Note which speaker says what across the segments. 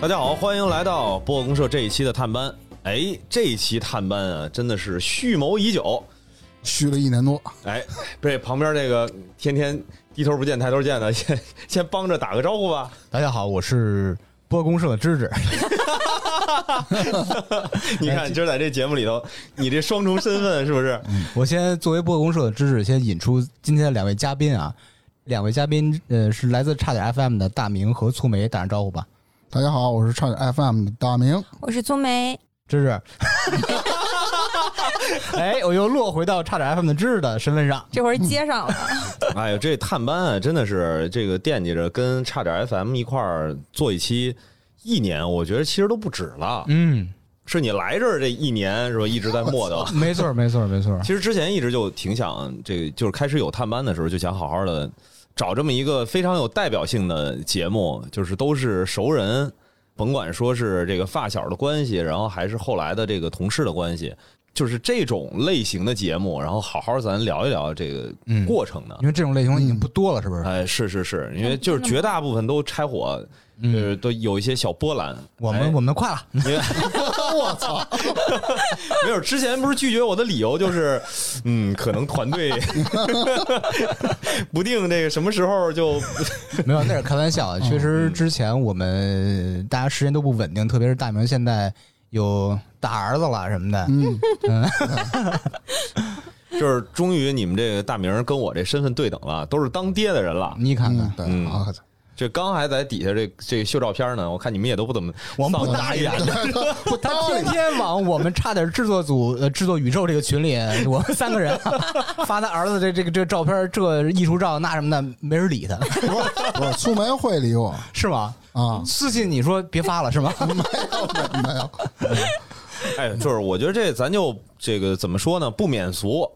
Speaker 1: 大家好，欢迎来到播客公社这一期的探班。哎，这一期探班啊，真的是蓄谋已久。
Speaker 2: 续了一年多，
Speaker 1: 哎，被旁边这个天天低头不见抬头见的， 先先帮着打个招呼吧。
Speaker 3: 大家好，我是播公社的芝芝，
Speaker 1: 你看，今儿在这节目里头，你这双重身份是不是？
Speaker 3: 我先作为播公社的芝芝，先引出今天的两位嘉宾啊，两位嘉宾呃是来自差点 FM 的大明和粗梅，打声招呼吧。
Speaker 2: 大家好，我是差点 FM 的大明。
Speaker 4: 我是宗梅，
Speaker 3: 芝 芝，哎，我又落回到差点 FM 的芝芝的身份上，
Speaker 4: 这会儿接上了。
Speaker 1: 哎呦，这探班啊，真的是这个惦记着跟差点 FM 一块儿做一期，一年我觉得其实都不止了。
Speaker 3: 嗯，
Speaker 1: 是你来这儿这一年是吧，一直在磨叨。
Speaker 3: 没错，没错，没错，
Speaker 1: 其实之前一直就挺想，这个就是开始有探班的时候，就想好好的找这么一个非常有代表性的节目，就是都是熟人，甭管说是这个发小的关系，然后还是后来的这个同事的关系，就是这种类型的节目，然后好好咱聊一聊这个
Speaker 3: 嗯
Speaker 1: 过程呢。
Speaker 3: 因为这种类型已经不多了，是不是？
Speaker 1: 哎，是是是，因为就是绝大部分都拆伙，呃，都有一些小波澜。
Speaker 3: 嗯我
Speaker 1: 哎
Speaker 3: 们我们快了，
Speaker 1: 因为 我操，没有，之前不是拒绝我的理由就是，嗯，可能团队不定这个什么时候就
Speaker 3: 没有，那是开玩笑的。确实，之前我们大家时间都不稳定，特别是大明现在有大儿子了什么的，
Speaker 2: 嗯，
Speaker 1: 就是终于你们这个大名儿跟我这身份对等了，都是当爹的人了。
Speaker 3: 你看看
Speaker 2: 嗯，，对，
Speaker 1: 嗯
Speaker 2: 啊
Speaker 1: 这刚还在底下这这秀照片呢，我看你们也都不怎么
Speaker 3: 我们
Speaker 1: 丧啊
Speaker 3: 不
Speaker 1: 打
Speaker 3: 搭理
Speaker 1: 眼
Speaker 3: 他
Speaker 1: 的。
Speaker 2: 不搭
Speaker 3: 他
Speaker 2: 理
Speaker 3: 天天往我们差点制作组、呃制作宇宙这个群里，我们三个人、 发他儿子这这个这个照片，这艺术照那什么的，没人理他，
Speaker 2: 我我苏梅会理我
Speaker 3: 是吗？
Speaker 2: 啊，
Speaker 3: 私信你说别发了是吗？
Speaker 2: 没有，
Speaker 1: 哎，就是我觉得这咱就这个怎么说呢，不免俗，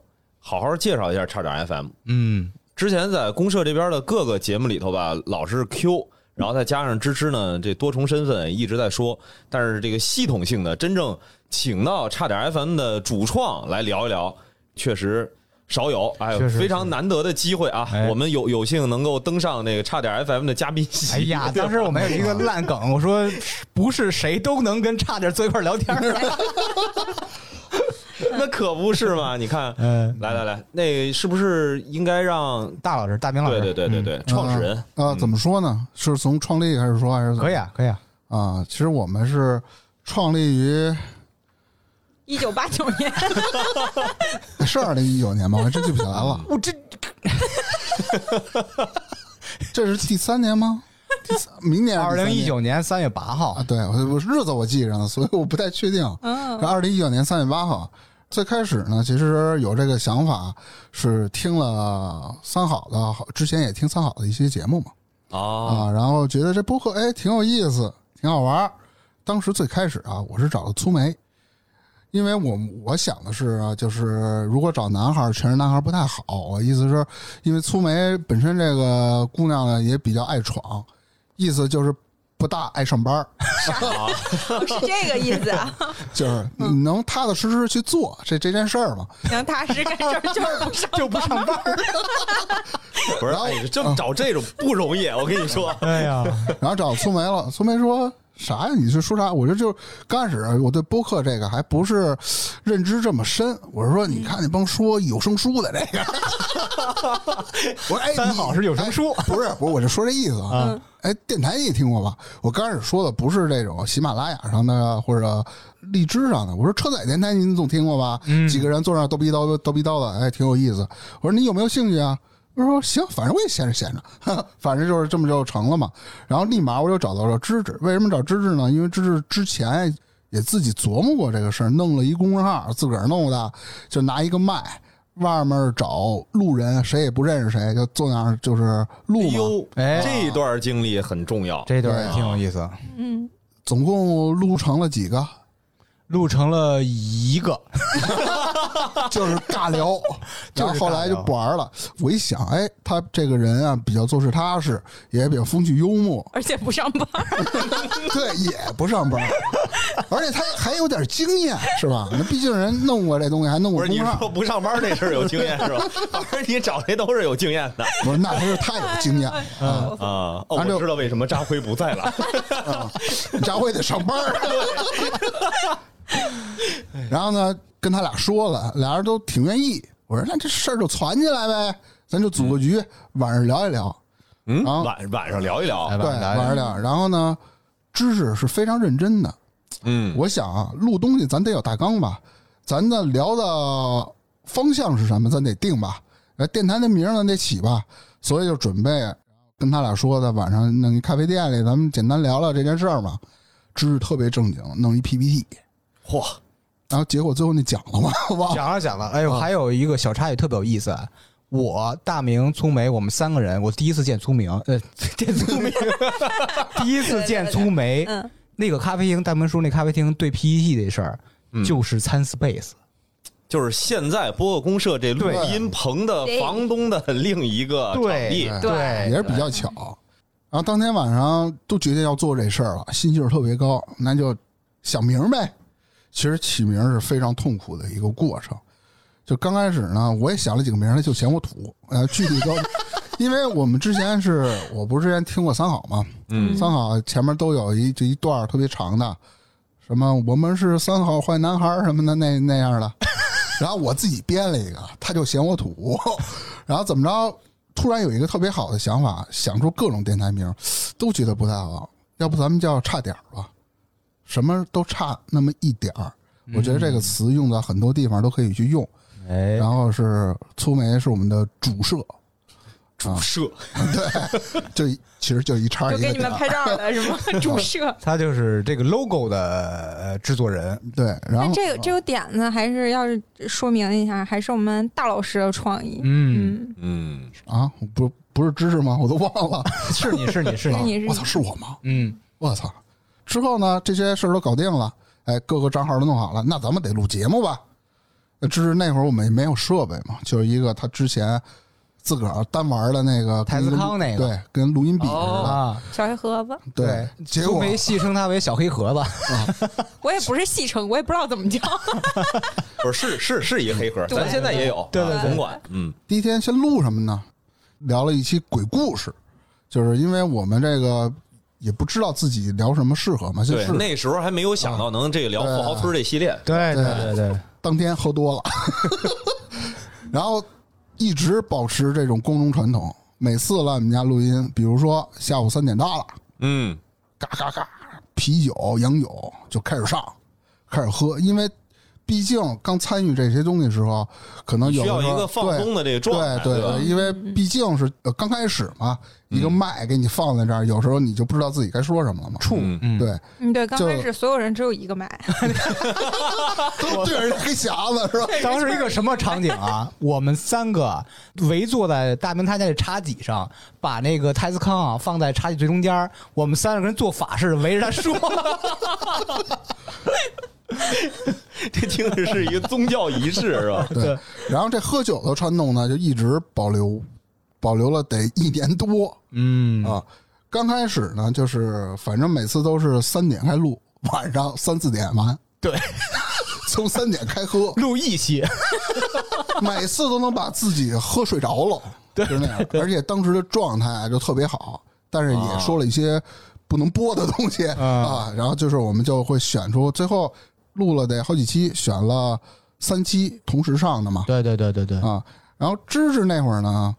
Speaker 1: 好好介绍一下差点 FM。
Speaker 3: 嗯，
Speaker 1: 之前在公社这边的各个节目里头吧，老是 Q，然后再加上芝芝呢这多重身份一直在说，但是这个系统性的真正请到差点 FM 的主创来聊一聊，确实少有，哎
Speaker 3: 确，实是
Speaker 1: 非常难得的机会啊！
Speaker 3: 哎
Speaker 1: 我们有有幸能够登上那个差点 FM 的嘉宾席。
Speaker 3: 哎呀，当时我们有一个烂梗，我说不是谁都能跟差点坐一块儿啊聊天的，
Speaker 1: 那可不是 嘛！你看，
Speaker 3: 嗯，
Speaker 1: 来来来，那是不是应该让？
Speaker 3: 大老师、大明老
Speaker 1: 对
Speaker 3: 师，
Speaker 1: 对对对
Speaker 3: 嗯，
Speaker 1: 对， 创始人嗯
Speaker 2: 啊，怎么说呢？是从创立开始说还是
Speaker 3: 可以啊，可以啊，
Speaker 2: 啊？其实我们是创立于
Speaker 4: 一九八九年，
Speaker 2: 是二零一九年吧，我还真记不起来了。
Speaker 3: 我这
Speaker 2: 这是第三年吗？第三，明年
Speaker 3: 二零一
Speaker 2: 九
Speaker 3: 九年三月八
Speaker 2: 啊？
Speaker 3: 号，
Speaker 2: 对，我我日子我记着呢，所以我不太确定。
Speaker 4: 嗯，
Speaker 2: 二零一九年三月八号，最开始呢，其实有这个想法，是听了三好的，好之前也听三好的一些节目嘛，
Speaker 3: 嗯
Speaker 1: 啊，
Speaker 2: 啊，然后觉得这播客哎挺有意思，挺好玩儿。当时最开始啊，我是找的粗梅，因为我我想的是啊，就是如果找男孩儿，全是男孩儿不太好。我意思是，因为粗梅本身这个姑娘呢也比较爱闯，意思就是不大爱上班儿。
Speaker 4: 是这个意思啊。
Speaker 2: 就是你能踏踏实实去做这这件事儿嘛。
Speaker 4: 能踏实干事儿就是不上，
Speaker 3: 就不上班儿，
Speaker 1: 不是，哎，这
Speaker 3: 嗯
Speaker 1: 么找这种不容易，我跟你说，
Speaker 3: 哎呀，
Speaker 2: 然后找苏梅了，苏梅说啥呀？你是说啥？我这就刚开始啊我对播客这个还不是认知这么深，我是说你看那帮说有声书的这个，我说哎，
Speaker 3: 三好是有声书
Speaker 2: 你哎不是不是，我就说这意思啊。
Speaker 3: 嗯
Speaker 2: 哎，电台你听过吧？我刚开始说的不是这种喜马拉雅上的或者荔枝上的，我说车载电台您总听过吧？
Speaker 3: 嗯
Speaker 2: 几个人坐那儿叨逼叨叨逼叨的，哎，挺有意思。我说你有没有兴趣啊？他说行，反正我也闲着闲着， 哈哈，反正就是这么就成了嘛。然后立马我就找到了芝芝，为什么找芝芝呢？因为芝芝之前也自己琢磨过这个事儿，弄了一公众号，自个儿弄的，就拿一个麦。外面找路人，谁也不认识谁，就坐那儿就是录
Speaker 1: 哎
Speaker 2: 嘛。
Speaker 1: 呦，
Speaker 3: 哎
Speaker 1: 这段经历很重要。
Speaker 3: 这段也挺有意思，
Speaker 4: 嗯，
Speaker 2: 总共录成了几 个？
Speaker 3: 录成了一个，
Speaker 2: 就是 尬聊，
Speaker 3: 就
Speaker 2: 然
Speaker 3: 是尬聊
Speaker 2: 后后来就不玩了。我一想，哎，他这个人啊，比较做事踏实， 也比较风趣幽默，
Speaker 4: 而且不上班，
Speaker 2: 对，也不上班，而且他还有点经验，是吧？那毕竟人弄过这东西，还弄
Speaker 1: 不
Speaker 2: 过
Speaker 1: 是
Speaker 2: 公
Speaker 1: 你
Speaker 2: 号
Speaker 1: 说，不上班那事儿有经验是吧？ 不是你找那都是有经验的
Speaker 2: 不是那他是太有经
Speaker 1: 哎
Speaker 2: 验了啊！
Speaker 1: 啊！哦，
Speaker 2: 按
Speaker 1: 我
Speaker 2: 照
Speaker 1: 知道为什么扎辉不在了。
Speaker 2: 张辉得上班 儿然后呢，跟他俩说了，俩人都挺愿意。我说那这事儿就攒起来呗，咱就组个
Speaker 3: 嗯
Speaker 2: 局，晚上聊一聊。
Speaker 1: 嗯，
Speaker 2: 啊
Speaker 1: 晚晚上聊一
Speaker 3: 哎
Speaker 1: 聊。
Speaker 2: 对，
Speaker 3: 晚上聊一聊
Speaker 2: 晚上聊。然后呢，知识是非常认真的。
Speaker 1: 嗯，
Speaker 2: 我想啊，录东西咱得有大纲吧，咱的聊的方向是什么，咱得定吧。呃，电台的名儿咱得起吧，所以就准备跟他俩说的，晚上弄一咖啡店里，咱们简单聊聊这件事儿嘛。知识特别正经，弄一 PPT，
Speaker 1: 嚯，
Speaker 2: 然后结果最后那讲了吗？ 我 忘了。
Speaker 3: 讲了讲了，哎呦，还有一个小插曲特别有意思。啊我大明、粗梅，我们三个人，我第一次见粗明，呃， 见粗明，第一次见粗梅。
Speaker 4: 嗯，
Speaker 3: 那个咖啡厅，大明说那咖啡厅对 PPT 这事儿，
Speaker 1: 嗯
Speaker 3: 就是参 space，
Speaker 1: 就是现在播客公社这录
Speaker 3: 对
Speaker 1: 音棚的
Speaker 4: 对
Speaker 1: 房东的另一个场地
Speaker 3: 啊对，哎
Speaker 2: 也
Speaker 4: 对
Speaker 2: 是比较巧。然后当天晚上都决定要做这事儿了，心气儿特别高，那就想名儿呗。其实起名儿是非常痛苦的一个过程。就刚开始呢，我也想了几个名儿，他就嫌我土。呃，具体都，因为我们之前是我不是之前听过三好嘛，
Speaker 1: 嗯
Speaker 2: 三好前面都有一这一段儿特别长的，什么我们是三好坏男孩儿什么的那那样的。 然后我自己编了一个，他就嫌我土。 然后怎么着，突然有一个特别好的想法，想出各种电台名儿，都觉得不太好。要不咱们叫差点儿吧，什么都差那么一点儿。
Speaker 4: 嗯
Speaker 2: 我觉得这个词用在很多地方都可以去用。
Speaker 3: 哎，
Speaker 2: 然后是粗梅是我们的主社，
Speaker 1: 主社，
Speaker 2: 就一其实就一叉
Speaker 4: 就
Speaker 2: 啊一
Speaker 4: 给
Speaker 2: 个
Speaker 4: 你
Speaker 2: 点啊嗯
Speaker 4: 们
Speaker 2: 儿。
Speaker 4: 拍照的是吗？主社，
Speaker 3: 他就是这个 logo 的呃制作人，
Speaker 2: 对，然
Speaker 4: 那
Speaker 2: 后
Speaker 4: 这个这个点子还是要是说明一下，还是我们大老师的创意。
Speaker 3: 嗯，
Speaker 4: 嗯，
Speaker 1: 嗯，
Speaker 2: 啊，我不不是知识吗？我都忘了。
Speaker 3: 是你是你是
Speaker 4: 是
Speaker 3: 你，
Speaker 4: 你是
Speaker 2: 我操，是我吗？
Speaker 3: 嗯，
Speaker 2: 我操！之后呢，这些事儿都搞定了，哎，各个账号都弄好了，那咱们得录节目吧。呃只是那会儿我们也没有设备嘛，就是一个他之前自个儿单玩的那个
Speaker 3: 台
Speaker 2: 跟
Speaker 3: 子
Speaker 2: 一录
Speaker 3: 康那个
Speaker 2: 对，跟录音笔似的，
Speaker 3: 啊，
Speaker 4: 小黑盒子，
Speaker 2: 对。结
Speaker 3: 粗
Speaker 2: 果
Speaker 3: 梅戏称他为小黑盒子，
Speaker 4: 我也不是戏称，我也不知道怎么叫。
Speaker 1: 不是是是是一黑盒，
Speaker 4: 对
Speaker 1: 咱现在也有，
Speaker 3: 对对
Speaker 1: 啊
Speaker 3: 对
Speaker 1: 甭管，嗯
Speaker 2: 第一天先录什么呢？聊了一期鬼故事，就是因为我们这个也不知道自己聊什么适合嘛，
Speaker 1: 嗯
Speaker 2: 就
Speaker 1: 对，
Speaker 2: 是
Speaker 1: 那时候还没有想到能这个聊
Speaker 2: 对
Speaker 1: 富豪村这系列，
Speaker 3: 对
Speaker 2: 对
Speaker 3: 对对，
Speaker 2: 当天喝多了， 然后一直保持这种公众传统。每次来我们家录音，比如说下午三点到了，
Speaker 1: 嗯，
Speaker 2: 嘎嘎嘎，啤酒、洋酒就开始上，开始喝，因为毕竟刚参与这些东西的时候，可能有
Speaker 1: 需
Speaker 2: 的时
Speaker 1: 要
Speaker 2: 候
Speaker 1: 一个放松的这个
Speaker 2: 对
Speaker 1: 状态，嗯
Speaker 2: 对
Speaker 1: 吧？
Speaker 2: 因为毕竟是呃刚开始嘛，一个麦给你放在这儿，有时候你就不知道自己该说什么了嘛。
Speaker 1: 处嗯
Speaker 3: 嗯，
Speaker 2: 对，
Speaker 4: 嗯，对，刚
Speaker 2: 就
Speaker 4: 开始所有人只有一 个麦，
Speaker 2: 都对着黑匣子是吧？
Speaker 3: 当时一个什么场景啊？我们三个围坐在大明他家的茶几上，把那个泰斯康啊放在茶几最中间儿，我们三个人做法事围着他 说，
Speaker 1: 这听着是一个宗教仪式是吧？
Speaker 2: 对，然后这喝酒的传统呢，就一直保留，保留了得一年多
Speaker 3: 嗯
Speaker 2: 啊。刚开始呢，就是反正每次都是三点开录，晚上三四点完，
Speaker 3: 对，，
Speaker 2: 从三点开喝
Speaker 3: 录一期，
Speaker 2: 每次都能把自己喝睡着了，对，就那样。而且当时的状态啊就特别好，但是也说了一些不能播的东西啊。然后就是我们就会选出最后录了得好几期，选了三期同时上的嘛，
Speaker 3: 对对对对对，
Speaker 2: 啊。然后芝芝那会儿呢，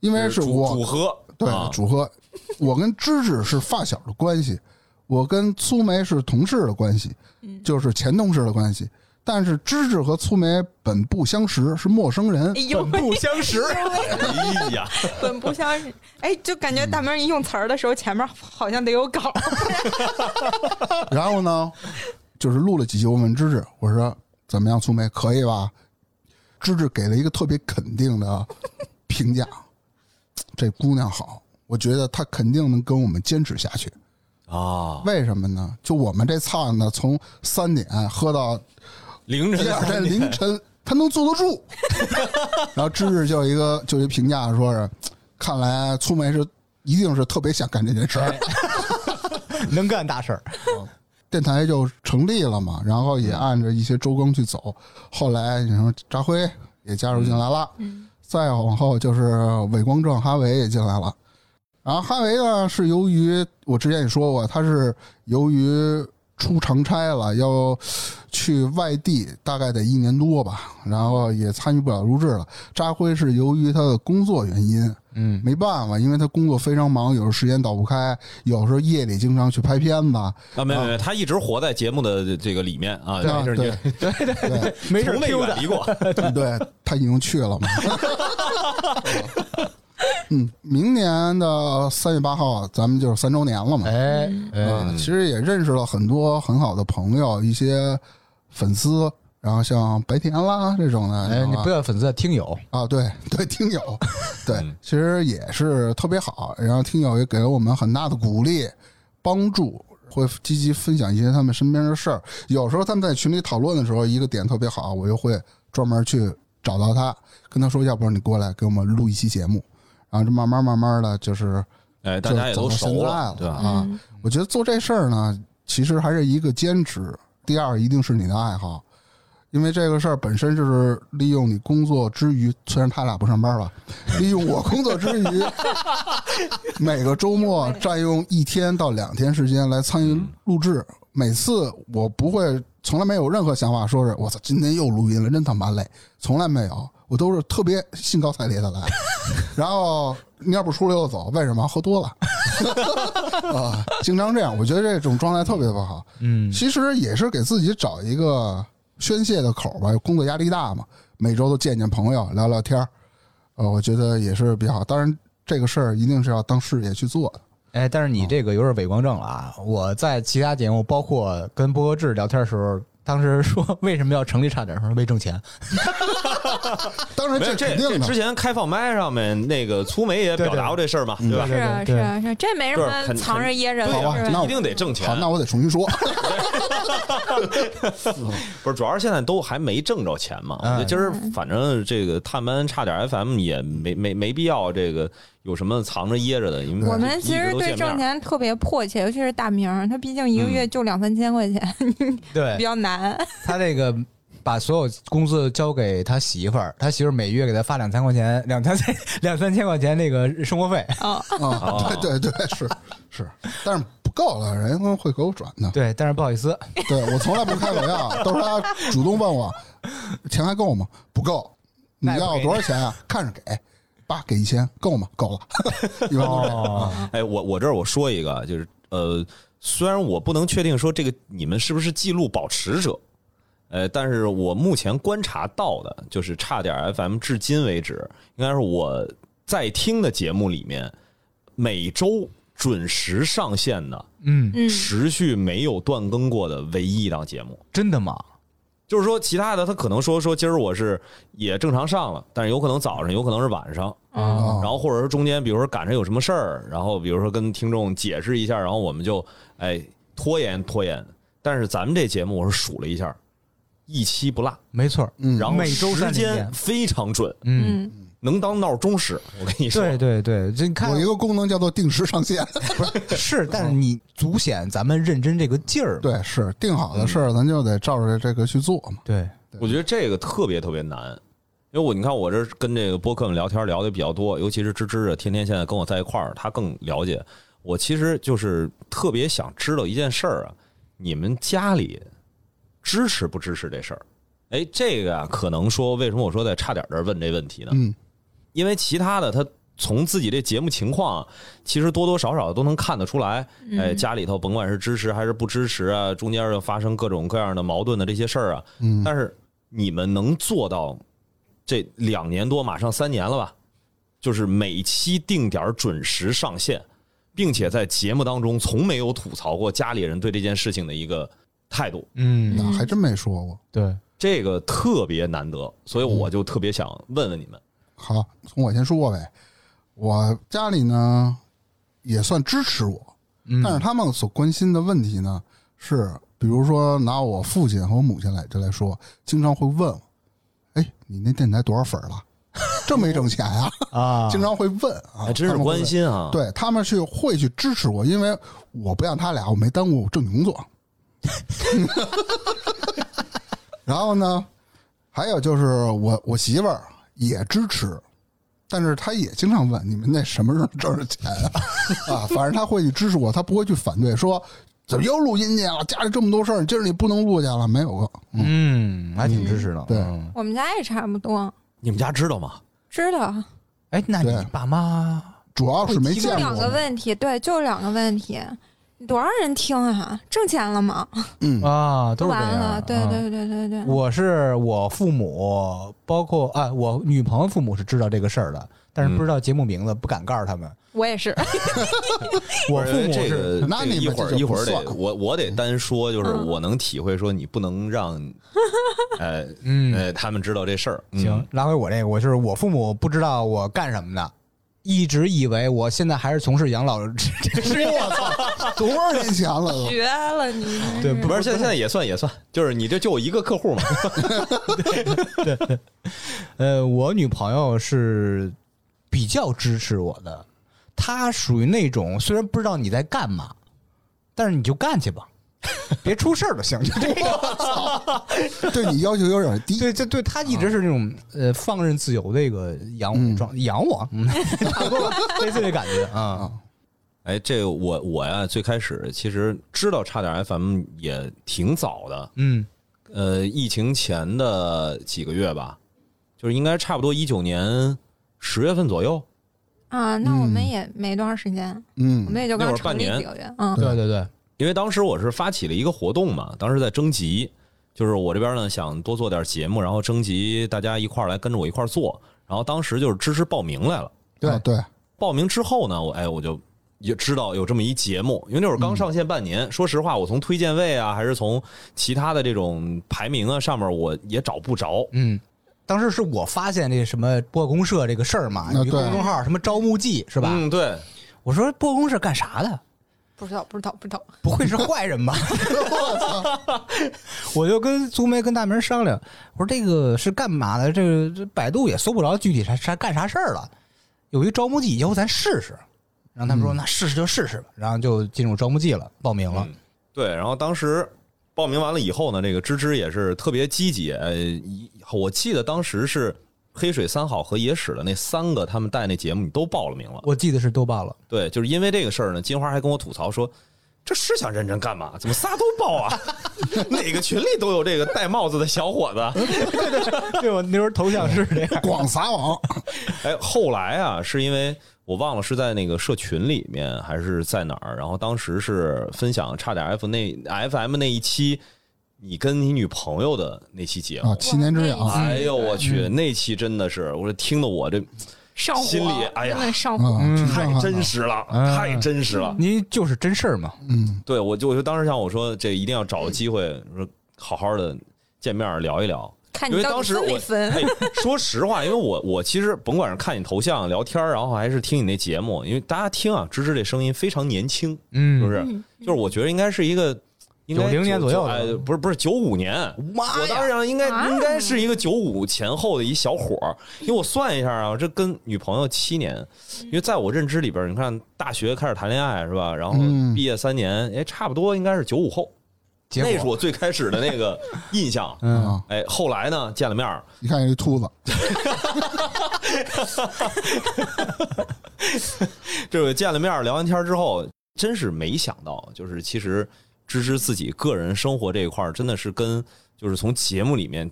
Speaker 2: 因为是
Speaker 1: 主主
Speaker 2: 我
Speaker 1: 喝，
Speaker 2: 对
Speaker 1: 啊
Speaker 2: 主喝，我跟芝芝是发小的关系，我跟粗梅是同事的关系，就是前同事的关系。但是芝芝和粗梅本不相识，是陌生人
Speaker 4: 哎。呦喂，
Speaker 3: 相识，
Speaker 1: 哎呀，
Speaker 4: 本不相识。哎，就感觉大明一用词儿的时候，前面好像得有稿。
Speaker 2: 然后呢，就是录了几期，我问芝芝，我说怎么样，粗梅可以吧？芝芝给了一个特别肯定的评价，这姑娘好，我觉得她肯定能跟我们坚持下去。
Speaker 1: 啊，
Speaker 2: 为什么呢？就我们这操呢，从三点喝到
Speaker 1: 凌晨
Speaker 2: 第二天凌晨，他能坐得住。然后芝芝就有一个就一评价说是，看来粗梅是一定是特别想干这件事儿。
Speaker 3: 能干大事儿。
Speaker 2: 电台就成立了嘛，然后也
Speaker 4: 嗯
Speaker 2: 按着一些周更去走。后来你说扎辉也加入进来了，
Speaker 4: 嗯
Speaker 2: 再往后就是伪光正哈维也进来了。然后哈维呢，是由于我之前也说过，他是由于出长差了，要去外地，大概得一年多吧，然后也参与不了录制了。扎辉是由于他的工作原因，
Speaker 3: 嗯，
Speaker 2: 没办法，因为他工作非常忙，有时候时间倒不开，有时候夜里经常去拍片子，
Speaker 1: 啊，没有没有，他一直活在节目的这个里面啊，
Speaker 2: 对
Speaker 1: 没事，
Speaker 2: 对
Speaker 1: 你
Speaker 2: 对
Speaker 3: 没事
Speaker 1: 从未
Speaker 3: Q
Speaker 1: 远
Speaker 3: 的
Speaker 1: 离过。
Speaker 2: 对，他已经去了嘛。嗯，明年的三月八号，啊咱们就是三周年了嘛。
Speaker 3: 哎哎，
Speaker 2: 啊，其实也认识了很多很好的朋友，一些粉丝，然后像白田啦这种的，啊
Speaker 3: 哎，
Speaker 2: 知
Speaker 3: 你
Speaker 2: 道吧
Speaker 3: 不要粉丝听友，
Speaker 2: 啊，对对，听友，对
Speaker 1: 嗯，
Speaker 2: 其实也是特别好，然后听友也给了我们很大的鼓励、帮助，会积极分享一些他们身边的事儿。有时候他们在群里讨论的时候，一个点特别好，我就会专门去找到他，跟他说，要不然你过来给我们录一期节目。然后就慢慢慢慢的就是
Speaker 1: 哎，大
Speaker 2: 就
Speaker 1: 家也
Speaker 2: 走
Speaker 1: 都
Speaker 2: 到现
Speaker 1: 熟
Speaker 2: 在
Speaker 1: 了
Speaker 2: 了，
Speaker 1: 对吧？
Speaker 4: 嗯
Speaker 2: 啊，我觉得做这事儿呢，其实还是一个兼职。第二，一定是你的爱好，因为这个事儿本身就是利用你工作之余，虽然他俩不上班吧，利用我工作之余，每个周末占用一天到两天时间来参与录制。每次我不会，从来没有任何想法，说是我操，今天又录音了，真他妈累，从来没有。我都是特别兴高采烈的来， 然后蔫不出溜的走，为什么？喝多了。啊， 经常这样，我觉得这种状态特别不好。
Speaker 3: 嗯
Speaker 2: 其实也是给自己找一个宣泄的口儿吧，工作压力大嘛，每周都见见朋友，聊聊天儿，呃，我觉得也是比较好。当然，这个事儿一定是要当事业去做的。
Speaker 3: 哎，但是你这个有点伪光正了啊！我在其他节目，包括跟波哥志聊天的时候，当时说为什么要成立差点儿，说为挣钱，
Speaker 2: 当然，
Speaker 1: 没有
Speaker 2: 肯
Speaker 1: 这
Speaker 2: 定
Speaker 1: 这之
Speaker 2: 的。
Speaker 1: 前开放麦上面那个粗梅也表达过这事儿嘛，对吧？
Speaker 4: 是啊是啊是啊，这没什
Speaker 1: 对
Speaker 4: 么
Speaker 1: 很
Speaker 4: 藏着掖着的，
Speaker 1: 对啊
Speaker 2: 好吧
Speaker 4: 是
Speaker 2: 那
Speaker 4: 吧？
Speaker 2: 我
Speaker 1: 一定得挣钱
Speaker 2: 好，，那我得重新说。
Speaker 1: 不是，主要是现在都还没挣着钱嘛。我觉得
Speaker 3: 嗯
Speaker 1: 今儿反正这个探班差点 FM 也没没没必要这个有什么藏着掖着的，因为
Speaker 4: 我们其
Speaker 1: 一直
Speaker 4: 实
Speaker 1: 都
Speaker 4: 对
Speaker 1: 见面嗯
Speaker 4: 挣钱特别迫切，尤其是大明儿，他毕竟一个月就两三千块钱，
Speaker 1: 哎
Speaker 4: 比
Speaker 3: 对
Speaker 4: 较难。
Speaker 3: 他这个。把所有工资交给他媳妇儿，他媳妇儿每月给他发两三块钱，两三千 两三千块钱那个生活费。
Speaker 4: 哦，
Speaker 2: 啊， 对对对，是是，但是不够了，人家会给我转的。
Speaker 3: 对，但是不好意思，
Speaker 2: 对我从来不开玩笑，都是他主动问我，钱还够吗？不够，你
Speaker 3: 那也不
Speaker 2: 要
Speaker 3: 给
Speaker 2: 多少钱啊？看着给，爸给一千，够吗？够了，一般都这样。
Speaker 3: 哦，
Speaker 1: 哎，我我这儿我说一个啊，就是呃，虽然我不能确定说这个你们是不是记录保持者，呃，但是我目前观察到的，就是差点 FM 至今为止，应该是我在听的节目里面，每周准时上线的、
Speaker 3: 嗯，
Speaker 4: 嗯，
Speaker 1: 持续没有断更过的唯一一档节目。
Speaker 3: 真的吗？
Speaker 1: 就是说，其他的他可能说说今儿我是也正常上了，但是有可能早上，有可能是晚上，
Speaker 4: 嗯
Speaker 2: 哦
Speaker 1: 然后或者说中间，比如说赶上有什么事儿，然后比如说跟听众解释一下，然后我们就哎拖延拖延。但是咱们这节目我是数了一下，一期不落，
Speaker 3: 没错儿，
Speaker 2: 嗯
Speaker 1: 然后
Speaker 3: 每周
Speaker 1: 时
Speaker 3: 三天
Speaker 1: 间非常准，
Speaker 3: 嗯，
Speaker 4: 嗯，
Speaker 1: 能当闹钟使。我跟你说，
Speaker 3: 对对对，这你看啊
Speaker 2: 有一个功能叫做定时上线，
Speaker 3: 是，但是你足显咱们认真这个劲儿嘛。
Speaker 2: 对，是定好的事儿，咱就得照着这个去做嘛。
Speaker 3: 对，
Speaker 1: 我觉得这个特别特别难，因为我你看我这跟这个播客们聊天聊的比较多，尤其是芝芝啊，天天现在跟我在一块儿，他更了解。我其实就是特别想知道一件事儿啊，你们家里支持不支持这事儿？哎，这个啊，可能说为什么我说在差点这儿问这问题呢？
Speaker 2: 嗯，
Speaker 1: 因为其他的他从自己这节目情况啊，其实多多少少都能看得出来，
Speaker 4: 嗯
Speaker 1: 哎，家里头甭管是支持还是不支持啊，中间又发生各种各样的矛盾的这些事儿啊，嗯，但是你们能做到这两年多，马上三年了吧？就是每期定点儿准时上线，并且在节目当中从没有吐槽过家里人对这件事情的一个态度，
Speaker 3: 嗯，
Speaker 2: 那啊还真没说过。
Speaker 3: 对，
Speaker 1: 这个特别难得，所以我就特别想问问你们，
Speaker 2: 好，从我先说呗。我家里呢也算支持我，
Speaker 3: 嗯
Speaker 2: 但是他们所关心的问题呢是，比如说拿我父亲和我母亲来这来说，经常会问我：“哎，你那电台多少粉儿了？挣没挣钱啊？”
Speaker 3: 啊，
Speaker 2: 经常会问啊，
Speaker 1: 还哎真是
Speaker 2: 他们会问
Speaker 1: 关。心
Speaker 4: 哦
Speaker 1: 啊，
Speaker 2: 对他们去会去支持我，因为我不像他俩，我没耽误我正经工作。然后呢，还有就是我我媳妇儿也支持，但是她也经常问你们那什么时候挣着钱啊？ 啊，反正她会去支持我，她不会去反对说怎么又录音去了？家里这么多事儿，今儿你不能录去了，没有过。嗯，
Speaker 3: 嗯，还挺支持的。
Speaker 2: 对
Speaker 3: 嗯
Speaker 4: 我们家也差不多，
Speaker 1: 你们家知道吗？
Speaker 4: 知道
Speaker 3: 哎，那你
Speaker 2: 对
Speaker 3: 爸妈
Speaker 2: 主要是没见
Speaker 4: 就
Speaker 2: 过。
Speaker 4: 两个问题，对，就两个问题，多少人听啊？挣钱了吗？
Speaker 2: 嗯，
Speaker 3: 啊，都是这
Speaker 4: 完
Speaker 3: 样
Speaker 4: 了，
Speaker 3: 啊。
Speaker 4: 对对对对 对，
Speaker 3: 我是我父母，包括啊，我女朋友父母是知道这个事儿的，但是不知道节目名字，不敢告诉他们。
Speaker 4: 我也是，
Speaker 3: 我
Speaker 1: 不
Speaker 3: 父
Speaker 1: 是
Speaker 3: 母
Speaker 1: 哦这
Speaker 3: 是
Speaker 1: 个，
Speaker 2: 那
Speaker 1: 这个
Speaker 2: 你们
Speaker 1: 一会儿
Speaker 2: 这就
Speaker 1: 一会儿
Speaker 2: 不
Speaker 1: 得
Speaker 2: 算
Speaker 1: 我我得单说，就是
Speaker 4: 嗯
Speaker 1: 我能体会说你不能让，呃
Speaker 3: 嗯，
Speaker 1: 呃他们知道这事儿。嗯
Speaker 3: 行，，拉回我这个，我就是我父母不知道我干什么的。一直以为我现在还是从事养老这这事业，
Speaker 2: 多少年前了都？
Speaker 4: 绝了你！
Speaker 3: 对，不
Speaker 1: 不是现在现在也算也算，就是你这就一个客户嘛。
Speaker 3: 呃，我女朋友是比较支持我的，她属于那种虽然不知道你在干嘛，但是你就干去吧，别出事儿就行。就这个，
Speaker 2: 对你要求有点低。
Speaker 3: 对，这对她一直是那种呃放任自由的一个养我的状、养我，嗯 差不多类似的感觉啊。
Speaker 1: 哎，这个我我呀，最开始其实知道差点 FM 也挺早的，
Speaker 3: 嗯
Speaker 1: 呃，疫情前的几个月吧，就是应该差不多一九年十月份左右，
Speaker 4: 啊，那我们也没多长时间，我
Speaker 2: 嗯
Speaker 4: 们也就
Speaker 1: 嗯那
Speaker 4: 刚
Speaker 1: 会儿半
Speaker 4: 成立
Speaker 1: 年
Speaker 4: 几个月，嗯，
Speaker 3: 对对对，
Speaker 1: 因为当时我是发起了一个活动嘛，当时在征集，就是我这边呢想多做点节目，然后征集大家一块儿来跟着我一块儿做，然后当时就是支持报名来了。
Speaker 2: 对、
Speaker 3: 对
Speaker 2: 对，
Speaker 1: 报名之后呢，我哎我就也知道有这么一节目，因为那会儿刚上线半年。说实话，我从推荐位啊，还是从其他的这种排名啊上面，我也找不着。
Speaker 3: 嗯。当时是我发现这什么播客公社这个事儿嘛，
Speaker 2: 那
Speaker 3: 有一个
Speaker 2: 对
Speaker 3: 公众号什么招募季是吧？
Speaker 1: 嗯，对，
Speaker 3: 我说播客公社干啥的？
Speaker 4: 不知道不知道不知道，
Speaker 3: 不会是坏人 吧？我就跟苏梅跟大明商量，我说这个是干嘛的？这个这百度也搜不着具体啥啥干啥事儿了。有一招募季，以后咱试试。然后他们说、那试试就试试吧，然后就进入招募季了，报名了。
Speaker 1: 嗯对，然后当时报名完了以后呢，这个芝芝也是特别积极。呃，一我记得当时是黑水三好和野史的那三个，他们带那节目，你都报了名了。
Speaker 3: 我记得是都报了，
Speaker 1: 对，就是因为这个事儿呢，金花还跟我吐槽说，这是想认真干嘛？怎么仨都报啊？ 哪个群里都有这个戴帽子的小伙子？
Speaker 3: 对我那时候头像是这 样。
Speaker 2: 广撒网。
Speaker 1: 哎，后来啊，是因为我忘了是在那个社群里面还是在哪儿，然后当时是分享差点 F 那 FM 那一期，你跟你女朋友的那期节目。
Speaker 2: 啊，嗯七年之痒，
Speaker 4: 哇
Speaker 1: 哎呦我去，那期真的是，我这听得我这
Speaker 4: 上火，
Speaker 1: 心里哎呀
Speaker 4: 真的上火，
Speaker 2: 嗯，
Speaker 1: 太真实了，
Speaker 3: 嗯
Speaker 1: 太真实了。
Speaker 3: 您就是真事儿嘛？
Speaker 2: 嗯，
Speaker 1: 对我就我就当时想我说这一定要找个机会，说好好的见面聊一聊。
Speaker 4: 看
Speaker 1: 因为
Speaker 4: 你到
Speaker 1: 当
Speaker 4: 底
Speaker 1: 时
Speaker 4: 分
Speaker 1: 我
Speaker 4: 没分，
Speaker 1: 哎，说实话，因为我我其实甭管是看你头像聊天儿，然后还是听你那节目，因为大家听啊，芝芝这声音非常年轻，
Speaker 3: 嗯
Speaker 1: 是不是？就是我觉得应该是一个。应该
Speaker 3: 90年左右的
Speaker 1: 哎不是不是九五年，
Speaker 3: 妈呀
Speaker 1: 我当时想应该
Speaker 4: 啊
Speaker 1: 应该是一个九五前后的一小伙儿，因为我算一下啊，这跟女朋友七年，
Speaker 3: 嗯
Speaker 1: 因为在我认知里边儿，你看大学开始谈恋爱是吧，然后
Speaker 2: 嗯
Speaker 1: 毕业三年，哎，差不多应该是九五后，
Speaker 3: 结
Speaker 1: 那是
Speaker 3: 果
Speaker 1: 我最开始的那个印象。
Speaker 3: 嗯，
Speaker 2: 啊，
Speaker 1: 哎，后来呢，见了面儿，
Speaker 2: 你看这秃子，
Speaker 1: 这个见了面儿聊完天儿之后，真是没想到，就是其实芝芝自己个人生活这一块儿，真的是跟就是从节目里面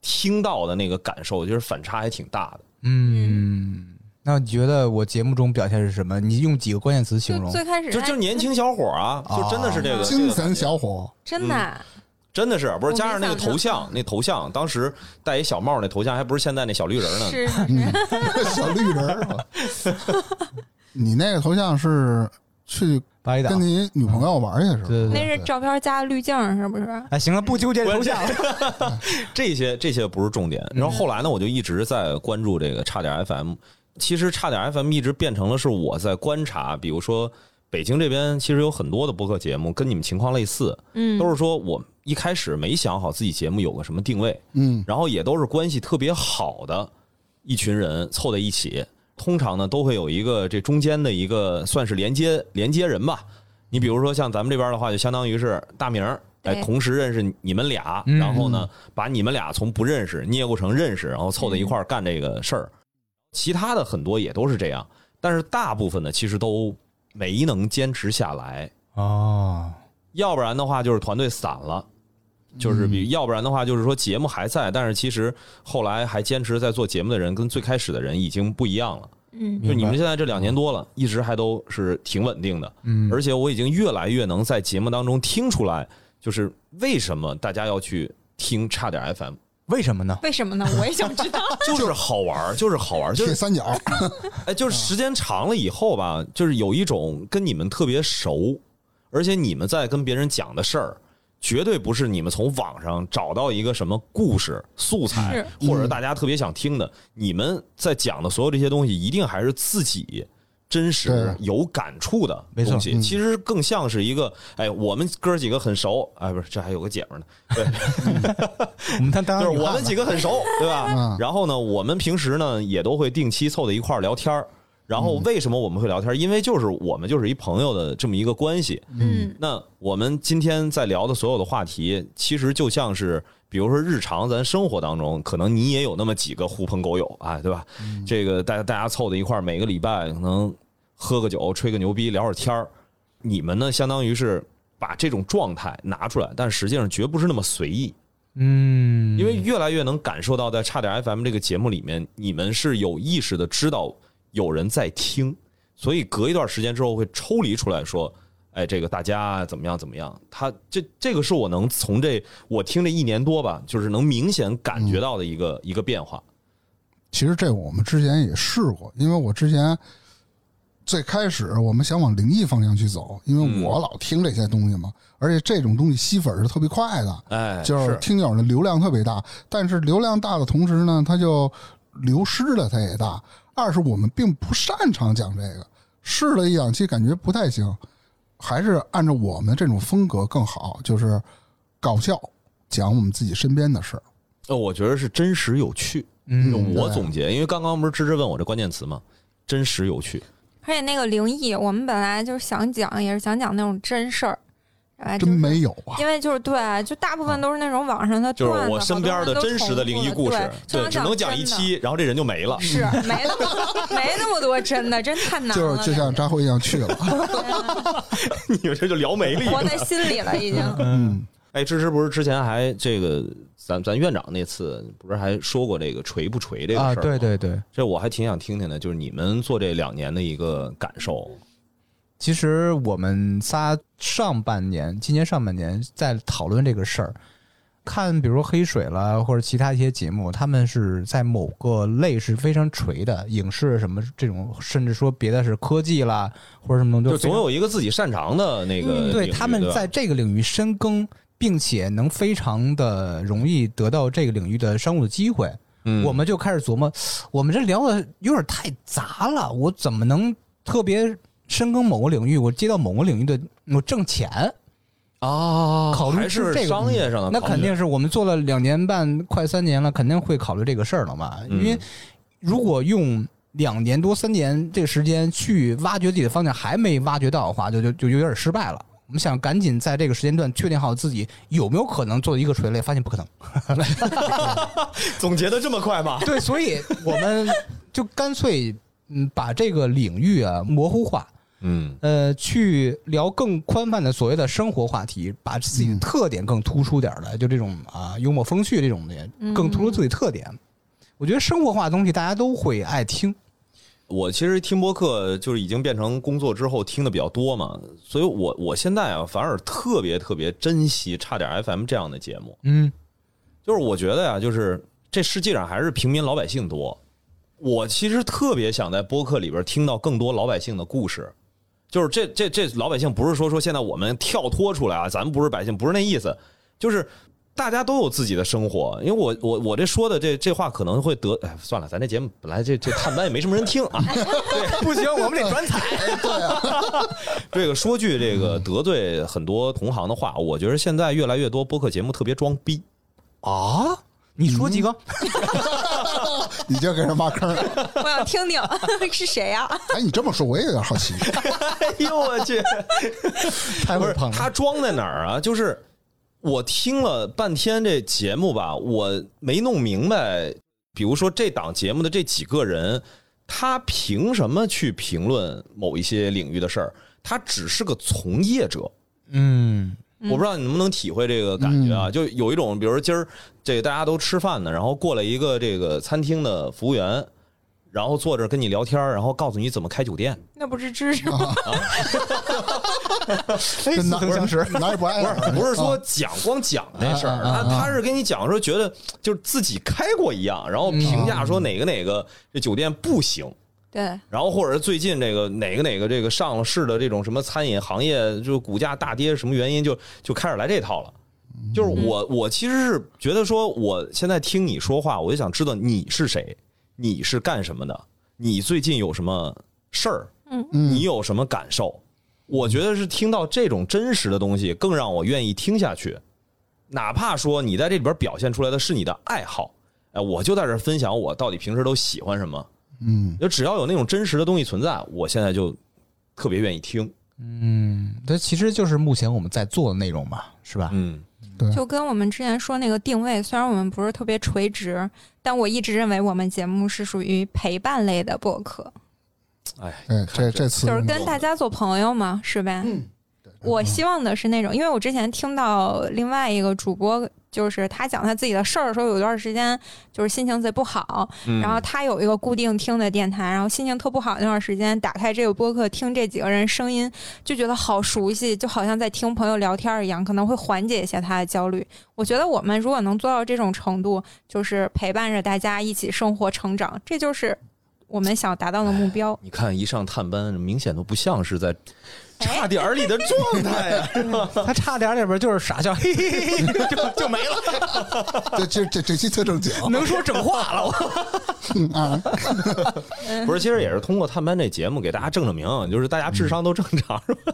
Speaker 1: 听到的那个感受，就是反差还挺大的。
Speaker 3: 嗯，那你觉得我节目中表现是什么？你用几个关键词形
Speaker 4: 就
Speaker 3: 容？
Speaker 4: 最开始
Speaker 1: 就就
Speaker 4: 哎
Speaker 1: 年轻小伙儿啊，
Speaker 3: 啊
Speaker 1: 就真的是这个
Speaker 2: 精
Speaker 1: 这个
Speaker 2: 神
Speaker 1: 感觉
Speaker 2: 小伙，
Speaker 4: 真的啊
Speaker 1: 真的是不是
Speaker 4: 我没
Speaker 1: 加上那个
Speaker 4: 想到
Speaker 1: 头像，那头像当时戴一小帽儿，那头像还不是现在那小绿人呢，
Speaker 4: 是
Speaker 2: 嗯， 小绿人儿啊。你那个头像是去
Speaker 3: 巴厘岛
Speaker 2: 跟。你女朋友玩去是吧？
Speaker 3: 对对
Speaker 4: 那
Speaker 3: 对。
Speaker 4: 是照片加滤镜是不是？
Speaker 3: 哎，行了，不纠结头像了。 嗯
Speaker 1: 这些这些不是重点。然后后来呢，我就一直在关注这个差点 FM。其实差点 FM 一直变成了是我在观察，比如说北京这边其实有很多的播客节目跟你们情况类似，
Speaker 4: 嗯，
Speaker 1: 都是说我一开始没想好自己节目有个什么定位，
Speaker 2: 嗯，
Speaker 1: 然后也都是关系特别好的一群人凑在一起，通常呢都会有一个这中间的一个算是连接连接人吧。你比如说像咱们这边的话，就相当于是大明儿哎，
Speaker 4: 对
Speaker 1: 同时认识你们俩，
Speaker 3: 嗯
Speaker 1: 然后呢，把你们俩从不认识捏过成认识，然后凑在一块儿干这个事儿。其他的很多也都是这样，但是大部分呢，其实都没能坚持下来。
Speaker 3: 哦，
Speaker 1: 要不然的话就是团队散了，就是比、
Speaker 3: 嗯
Speaker 1: 要不然的话就是说节目还在，但是其实后来还坚持在做节目的人跟最开始的人已经不一样了。
Speaker 4: 嗯
Speaker 3: 明
Speaker 1: 就
Speaker 3: 白
Speaker 1: 你们现在这两年多了，一直还都是挺稳定的，
Speaker 3: 嗯，
Speaker 1: 而且我已经越来越能在节目当中听出来，就是为什么大家要去听差点 FM，
Speaker 3: 为什 么呢？
Speaker 4: 为什么呢？我也想 知道。
Speaker 3: 啊
Speaker 1: 就是好玩儿，就是好玩儿，就
Speaker 2: 铁
Speaker 1: 是
Speaker 2: 三角，
Speaker 1: 哎，就是时间长了以后吧，就是有一种跟你们特别熟，而且你们在跟别人讲的事儿，绝对不是你们从网上找到一个什么故事素材，
Speaker 4: 是
Speaker 1: 或者大家特别想听的。你们在讲的所有这些东西，一定还是自己。真实
Speaker 2: 对
Speaker 1: 有感触的
Speaker 3: 没错
Speaker 1: 东西，
Speaker 2: 嗯
Speaker 1: 其实更像是一个，哎，我们哥几个很熟，哎，不是，这还有个姐们儿呢，对，
Speaker 3: 我们当当
Speaker 1: 就是我们几
Speaker 3: 个
Speaker 1: 个很熟，对吧
Speaker 2: 嗯？
Speaker 1: 然后呢，我们平时呢也都会定期凑在一块儿聊天儿。然后为什么我们会聊天儿？因为就是我们就是一朋友的这么一个关系。
Speaker 4: 嗯
Speaker 1: 那我们今天在聊的所有的话题，其实就像是，比如说日常咱生活当中，可能你也有那么几个狐朋狗友啊，对吧？这个大家大家凑在一块儿，每个礼拜可能喝个酒、吹个牛逼、聊会儿天儿。你们呢，相当于是把这种状态拿出来，但实际上绝不是那么随意。
Speaker 3: 嗯，
Speaker 1: 因为越来越能感受到，在差点 FM 这个节目里面，你们是有意识的知道有人在听，所以隔一段时间之后会抽离出来说，哎，这个大家怎么样怎么样？他这这个是我能从这我听这一年多吧，就是能明显感觉到的一个、一个变化。
Speaker 2: 其实这我们之前也试过，因为我之前最开始我们想往灵异方向去走，因
Speaker 1: 嗯
Speaker 2: 为我老听这些东西嘛，而且这种东西吸粉是特别快的，
Speaker 1: 哎，
Speaker 2: 就是听友的流量特别大，但是流量大的同时呢，它就流失了，它也大。二是我们并不擅长讲这个，试了一两期感觉不太行，还是按照我们这种风格更好，就是搞笑，讲我们自己身边的事儿。
Speaker 1: 呃，我觉得是真实有趣。
Speaker 3: 嗯
Speaker 1: 就我
Speaker 2: 对
Speaker 1: 总结，因为刚刚不是芝芝问我这关键词吗？真实有趣，
Speaker 4: 而且那个灵异，我们本来就是想讲，也是想讲那种真事儿，
Speaker 2: 真啊
Speaker 4: 哎，就是
Speaker 2: 没有啊！
Speaker 4: 因为就是对，就大部分都是那种网上的
Speaker 1: 就是
Speaker 4: 段子，
Speaker 1: 我身边的真实的灵异故事，
Speaker 4: 对，
Speaker 1: 对，只能讲一
Speaker 4: 真的。
Speaker 1: 期，然后这人就没了。
Speaker 4: 是没那么没那么多真的，真太难了。
Speaker 2: 就是就像扎辉一样 去了，
Speaker 1: 你们这就聊没了已经。
Speaker 4: 活在心里了，已经。
Speaker 2: 嗯，
Speaker 1: 哎，芝芝不是之前还这个，咱咱院长那次不是还说过这个锤不锤这个事儿
Speaker 3: 啊，
Speaker 1: 吗
Speaker 3: 对，对对，
Speaker 1: 这我还挺想听听的，就是你们做这两年的一个感受。
Speaker 3: 其实我们仨上半年，今年上半年在讨论这个事儿，看比如说黑水啦，或者其他一些节目，他们是在某个类是非常垂的，影视什么这种，甚至说别的是科技啦或者什么东
Speaker 1: 就
Speaker 3: 西，非常嗯
Speaker 1: 总有一个自己擅长的那个领域、
Speaker 3: 对他们
Speaker 1: 吧
Speaker 3: 在这个领域深耕，并且能非常的容易得到这个领域的商务的机会。
Speaker 1: 嗯
Speaker 3: 我们就开始琢磨，我们这聊的有点太杂了，我怎么能特别深耕某个领域？我接到某个领域的，我挣钱，
Speaker 1: 啊，
Speaker 3: 考虑
Speaker 1: 还是
Speaker 3: 是这个
Speaker 1: 商业上的考虑，
Speaker 3: 那肯定是我们做了两年半，快三年了，肯定会考虑这个事儿了嘛。
Speaker 1: 嗯
Speaker 3: 因为如果用两年多三年这个时间去挖掘自己的方向，还没挖掘到的话，就就就有点失败了。我们想赶紧在这个时间段确定好自己有没有可能做一个垂类，发现不可能。
Speaker 1: 总结的这么快 吗？
Speaker 3: 对，所以我们就干脆嗯把这个领域啊模糊化，
Speaker 1: 嗯
Speaker 3: 呃，去聊更宽泛的所谓的生活话题，把自己的特点更突出点儿的，就这种啊幽默风趣这种的，更突出自己特点。我觉得生活化的东西大家都会爱听，
Speaker 1: 我其实听播客就是已经变成工作之后听的比较多嘛，所以我我现在啊反而特别特别珍惜差点 FM 这样的节目，
Speaker 3: 嗯
Speaker 1: 就是我觉得呀、就是这世界上还是平民老百姓多。我其实特别想在播客里边听到更多老百姓的故事，就是这这这老百姓不是说说现在我们跳脱出来啊，咱们不是百姓，不是那意思，就是大家都有自己的生活。因为我我我这说的这这话可能会得，哎，算了，咱这节目本来这这探班也没什么人听 啊，
Speaker 3: 不行， 我们得 转采。
Speaker 1: 这个说句这个得罪很多同行的话，我觉得现在越来越多播客节目特别装逼。
Speaker 3: 啊，你说几个？
Speaker 2: 你就给人挖坑了。
Speaker 4: 我想听听是谁啊呀？
Speaker 2: 哎，你这么说我也有点好 奇，
Speaker 1: 哎呦我去！
Speaker 3: 太
Speaker 1: 不
Speaker 3: 会
Speaker 1: 是
Speaker 3: 碰了。
Speaker 1: 他装在哪儿啊？就是我听了半天这节目吧，我没弄明白，比如说这档节目的这几个人，他凭什么去评论某一些领域的事儿？他只是个从业者，
Speaker 3: 嗯
Speaker 4: 嗯
Speaker 1: 我不知道你能不能体会这个感觉啊，就有一种，比如说今儿这个大家都吃饭呢，然后过来一个这个餐厅的服务员，然后坐这儿跟你聊天儿，然后告诉你怎么开酒店。
Speaker 4: 那不是知识吗？
Speaker 2: 真
Speaker 3: 似曾相识，
Speaker 2: 哪也不挨
Speaker 1: 哎
Speaker 2: 啊
Speaker 1: 不
Speaker 2: 哪
Speaker 1: 是
Speaker 2: 儿
Speaker 1: 不是说讲光讲那事儿，
Speaker 2: 哎啊啊
Speaker 1: 他
Speaker 2: 啊
Speaker 1: 他是跟你讲说觉得就是自己开过一样，然后评价说哪个哪个这酒店不行，
Speaker 4: 对，
Speaker 1: 然后或者是最近这个哪个哪个这个上了市的这种什么餐饮行业，就股价大跌什么原因，就就开始来这套了。就是我
Speaker 2: 嗯
Speaker 1: 我其实是觉得说，我现在听你说话，我就想知道你是谁，你是干什么的，你最近有什么事儿，
Speaker 2: 嗯
Speaker 1: 你有什么感受？我觉得是听到这种真实的东西，更让我愿意听下去。哪怕说你在这里边表现出来的是你的爱好，哎，我就在这儿分享我到底平时都喜欢什么。
Speaker 2: 嗯，
Speaker 1: 就只要有那种真实的东西存在，我现在就特别愿意听。
Speaker 3: 嗯，这其实就是目前我们在做的内容吧，是吧？
Speaker 1: 嗯，
Speaker 4: 就跟我们之前说那个定位，虽然我们不是特别垂直，但我一直认为我们节目是属于陪伴类的播客，
Speaker 1: 哎，
Speaker 2: 哎，这这次
Speaker 4: 就是跟大家做朋友嘛，是呗？我希望的是那种，因为我之前听到另外一个主播，就是他讲他自己的事儿的时候，有一段时间就是心情贼不好，
Speaker 1: 嗯
Speaker 4: 然后他有一个固定听的电台，然后心情特不好那段时间，打开这个播客听这几个人声音，就觉得好熟悉，就好像在听朋友聊天一样，可能会缓解一下他的焦虑。我觉得我们如果能做到这种程度，就是陪伴着大家一起生活成长，这就是我们想达到的目标。
Speaker 1: 你看一上探班，明显都不像是在
Speaker 4: 哎
Speaker 1: 差点儿里的状态啊 呀、
Speaker 3: 他差点里边就是傻笑，嘿嘿嘿嘿，就就没了，
Speaker 2: 这这这这期特正经
Speaker 3: 能说整话了。我
Speaker 2: 啊，
Speaker 1: 不是，其实也是通过探班这节目给大家正正名，就是大家智商都正常，是吧？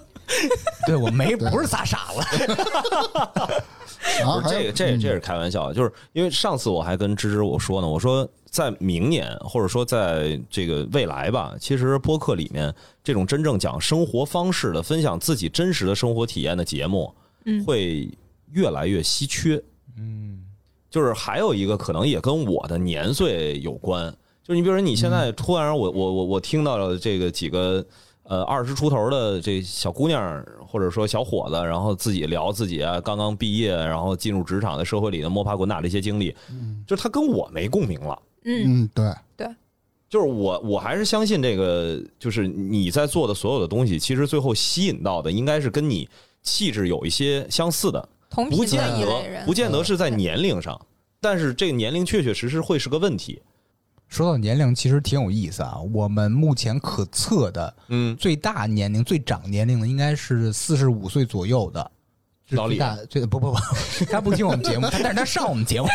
Speaker 3: 对我没不是仨傻 子，
Speaker 2: 然后
Speaker 1: 不是
Speaker 2: 啊还
Speaker 1: 这
Speaker 2: 有嗯
Speaker 1: 个，这这是开玩笑，就是因为上次我还跟芝芝我说呢，我说在明年或者说在这个未来吧，其实播客里面这种真正讲生活方式的、分享自己真实的生活体验的节目，
Speaker 4: 嗯
Speaker 1: 会越来越稀缺。
Speaker 3: 嗯
Speaker 1: 就是还有一个可能也跟我的年岁有关，就是你比如说你
Speaker 2: 嗯
Speaker 1: 现在突然我我我我听到了这个几个呃二十出头的这小姑娘或者说小伙子，然后自己聊自己啊刚刚毕业，然后进入职场的社会里的摸爬滚打的一些经历，就是他跟我没共鸣了。
Speaker 4: 嗯，
Speaker 2: 嗯，对，
Speaker 1: 就是我，我还是相信这个，就是你在做的所有的东西，其实最后吸引到的应该是跟你气质有一些相似的，
Speaker 4: 同
Speaker 1: 不
Speaker 4: 频
Speaker 1: 见
Speaker 4: 的一类
Speaker 1: 得
Speaker 4: 人
Speaker 1: 不，见得是在年龄上，但是这个年龄确确实实会是个问题。
Speaker 3: 说到年龄，其实挺有意思啊。我们目前可测的
Speaker 1: 嗯，
Speaker 3: 最大年龄、最长年龄的应该是四十五岁左右的。是
Speaker 1: 老李啊
Speaker 3: 最大最不不不，他不听我们节目，他但是他上我们节目，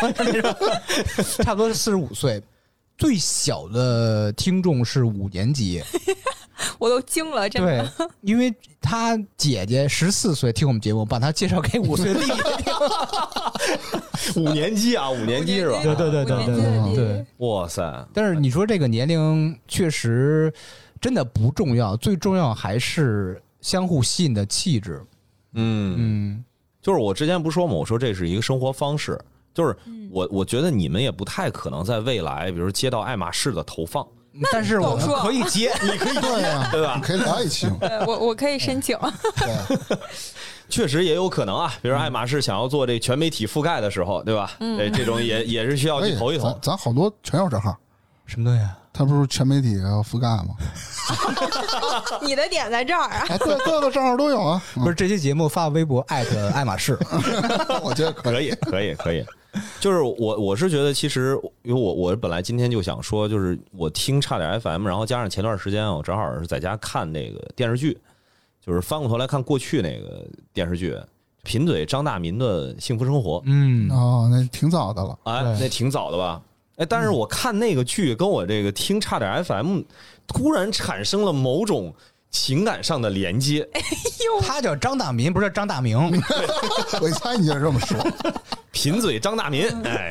Speaker 3: 差不多是四十五岁。最小的听众是五年级，
Speaker 4: 我都惊了，真的。
Speaker 3: 对，因为他姐姐十四岁听我们节目，把他介绍给五岁的弟弟听。
Speaker 1: 五年级啊， 五年级是吧？
Speaker 4: 对对对对
Speaker 2: 对
Speaker 4: 对。
Speaker 1: 哇塞，
Speaker 3: 但是你说这个年龄确实真的不重要，最重要还是相互吸引的气质。
Speaker 1: 嗯，
Speaker 3: 嗯
Speaker 1: 就是我之前不说嘛，我说这是一个生活方式，就是我我觉得你们也不太可能在未来，比如接到爱马仕的投放，
Speaker 3: 但是我们
Speaker 4: 够说
Speaker 3: 可以接，
Speaker 1: 你可以
Speaker 2: 对呀，
Speaker 1: 对吧
Speaker 2: 你可以聊一期 嘛，
Speaker 4: 呃我我可以申 请，
Speaker 2: 对，
Speaker 1: 确实也有可能啊，比如说爱马仕想要做这全媒体覆盖的时候，对吧？嗯，这种也也是需要
Speaker 2: 可
Speaker 1: 去
Speaker 2: 以
Speaker 1: 投一投
Speaker 2: 哎咱。咱好多全有这号，
Speaker 3: 什么东西、啊？
Speaker 2: 他不是全媒体要覆盖吗？
Speaker 4: 你的点在这儿啊。
Speaker 2: 啊，对，各个账号都有啊，
Speaker 3: 不是这期节目发微博艾特爱马仕，
Speaker 2: 我觉得可以，
Speaker 1: 可以，可 以，可以。就是我，我是觉得，其实因为我我本来今天就想说，就是我听差点 FM，然后加上前段时间我正好是在家看那个电视剧，就是翻过头来看过去那个电视剧，贫嘴张大民的《幸福生活》。
Speaker 3: 嗯
Speaker 2: 哦，那挺早的了，
Speaker 1: 哎
Speaker 3: 对，嗯
Speaker 1: 那挺早的吧？哎，但是我看那个剧，跟我这个听差点 FM，突然产生了某种情感上的连接。
Speaker 4: 哎
Speaker 3: 他叫张大民，不是叫张大明。
Speaker 2: 我一猜你就是这么说，
Speaker 4: 嗯
Speaker 1: 贫嘴张大民，哎，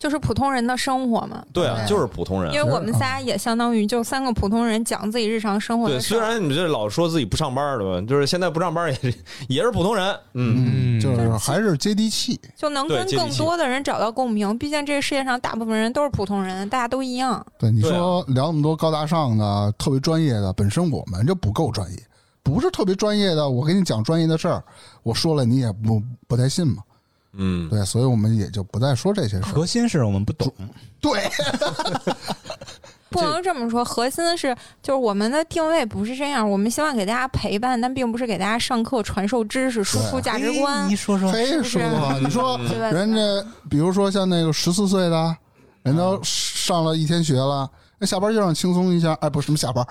Speaker 4: 就是普通人的生活嘛。
Speaker 1: 对啊，
Speaker 4: 对
Speaker 1: 就是普通人
Speaker 4: 因。为我们仨也相当于就三个普通人讲自己日常生活
Speaker 1: 对，
Speaker 4: 的事
Speaker 1: 虽
Speaker 4: 儿，
Speaker 1: 然你这老说自己不上班儿对吧？就是现在不上班儿也是也是普通人，嗯，
Speaker 3: 嗯
Speaker 2: 就是还是接地气。
Speaker 4: 就能跟
Speaker 1: 对接地
Speaker 4: 更
Speaker 1: 气
Speaker 4: 多的人找到共鸣。毕竟这个世界上大部分人都是普通人，大家都一样。
Speaker 2: 对你
Speaker 1: 对啊
Speaker 2: 说聊那么多高大上的、特别专业的，本身我们就不够专业，不是特别专业的。我跟你讲专业的事儿，我说了你也不不太信嘛。
Speaker 1: 嗯，
Speaker 2: 对，所以我们也就不再说这些事儿。
Speaker 3: 核心是我们不懂，
Speaker 2: 对，
Speaker 4: 不能这么说，核心是就是我们的定位不是这样，我们希望给大家陪伴，但并不是给大家上课、传授知识、输出价值观
Speaker 3: 哎你。说说，
Speaker 2: 嘿，说
Speaker 4: 是不是
Speaker 2: 的好。你说
Speaker 4: 对吧
Speaker 2: 人家，比如说像那个十四岁的，人
Speaker 4: 嗯
Speaker 2: 都上了一天学了，那下班就想轻松一下。哎，不是什么下班，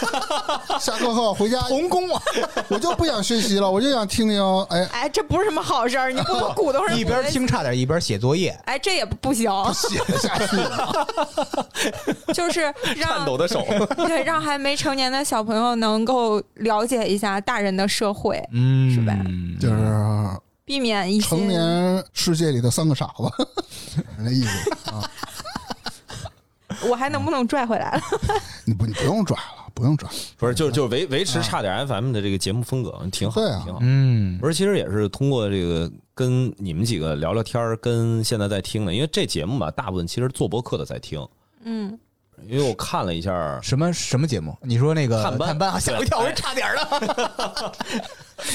Speaker 2: 下课后回家，
Speaker 3: 童工 啊，
Speaker 2: 我就不想学习了，我就想听听。哎，
Speaker 4: 哎，这不是什么好事儿，你 不能鼓动人
Speaker 3: 一
Speaker 4: 不
Speaker 3: 边
Speaker 4: 会
Speaker 3: 听差点一边写作业，
Speaker 4: 哎，这也不行，
Speaker 2: 写得下 去吗。
Speaker 4: 就是
Speaker 1: 颤
Speaker 4: 让
Speaker 1: 抖的手，
Speaker 4: 对让还没成年的小朋友能够了解一下大人的社会，
Speaker 3: 嗯
Speaker 4: 是吧
Speaker 2: 就是
Speaker 4: 避免一些
Speaker 2: 成年世界里的三个傻子，那意思啊，
Speaker 4: 我还能不能拽回来了？
Speaker 2: 你不你不用拽了，不用拽，
Speaker 1: 不是，就就维维持差点 FM 的这个节目风格，挺好，
Speaker 2: 对啊
Speaker 1: 挺好。
Speaker 3: 嗯
Speaker 1: 不是，其实也是通过这个跟你们几个聊聊天儿，跟现在在听的，因为这节目吧，大部分其实做播客的在听，
Speaker 4: 嗯，
Speaker 1: 因为我看了一下 儿，
Speaker 3: 什么什么节目？你说那个
Speaker 1: 探班
Speaker 3: 探班啊，吓我一跳，我说差点儿了。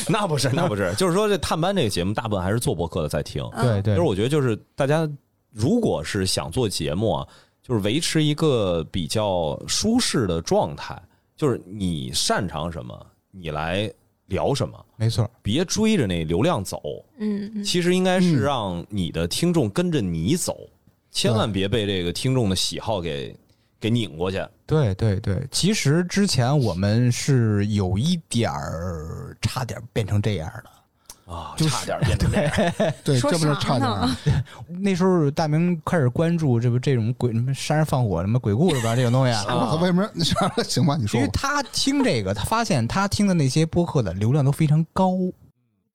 Speaker 1: 那不是那不是，就是说这探班这个节目，大部分还是做播客的在听。
Speaker 4: 嗯对
Speaker 1: 就是我觉得，就是大家如果是想做节目啊，就是维持一个比较舒适的状态，就是你擅长什么，你来聊什么，
Speaker 3: 没错，
Speaker 1: 别追着那流量走。
Speaker 4: 嗯嗯，
Speaker 1: 其实应该是
Speaker 2: 嗯
Speaker 1: 让你的听众跟着你走，
Speaker 3: 嗯
Speaker 1: 千万别被这个听众的喜好给给拧过去。
Speaker 3: 对对对。其实之前我们是有一点儿差点变成这样的。
Speaker 1: 啊，差点变成这样。
Speaker 2: 对，
Speaker 4: 说
Speaker 2: 这不是
Speaker 4: 啥
Speaker 2: 差点儿
Speaker 4: 呢？
Speaker 3: 那时候大明开始关注这不这种鬼什么杀人放火什么鬼故事吧这种东西 啊。
Speaker 2: 他为什么 那啥？行吧，你说
Speaker 3: 因为
Speaker 2: 吧。
Speaker 3: 他听这个，他发现他听的那些播客的流量都非常高，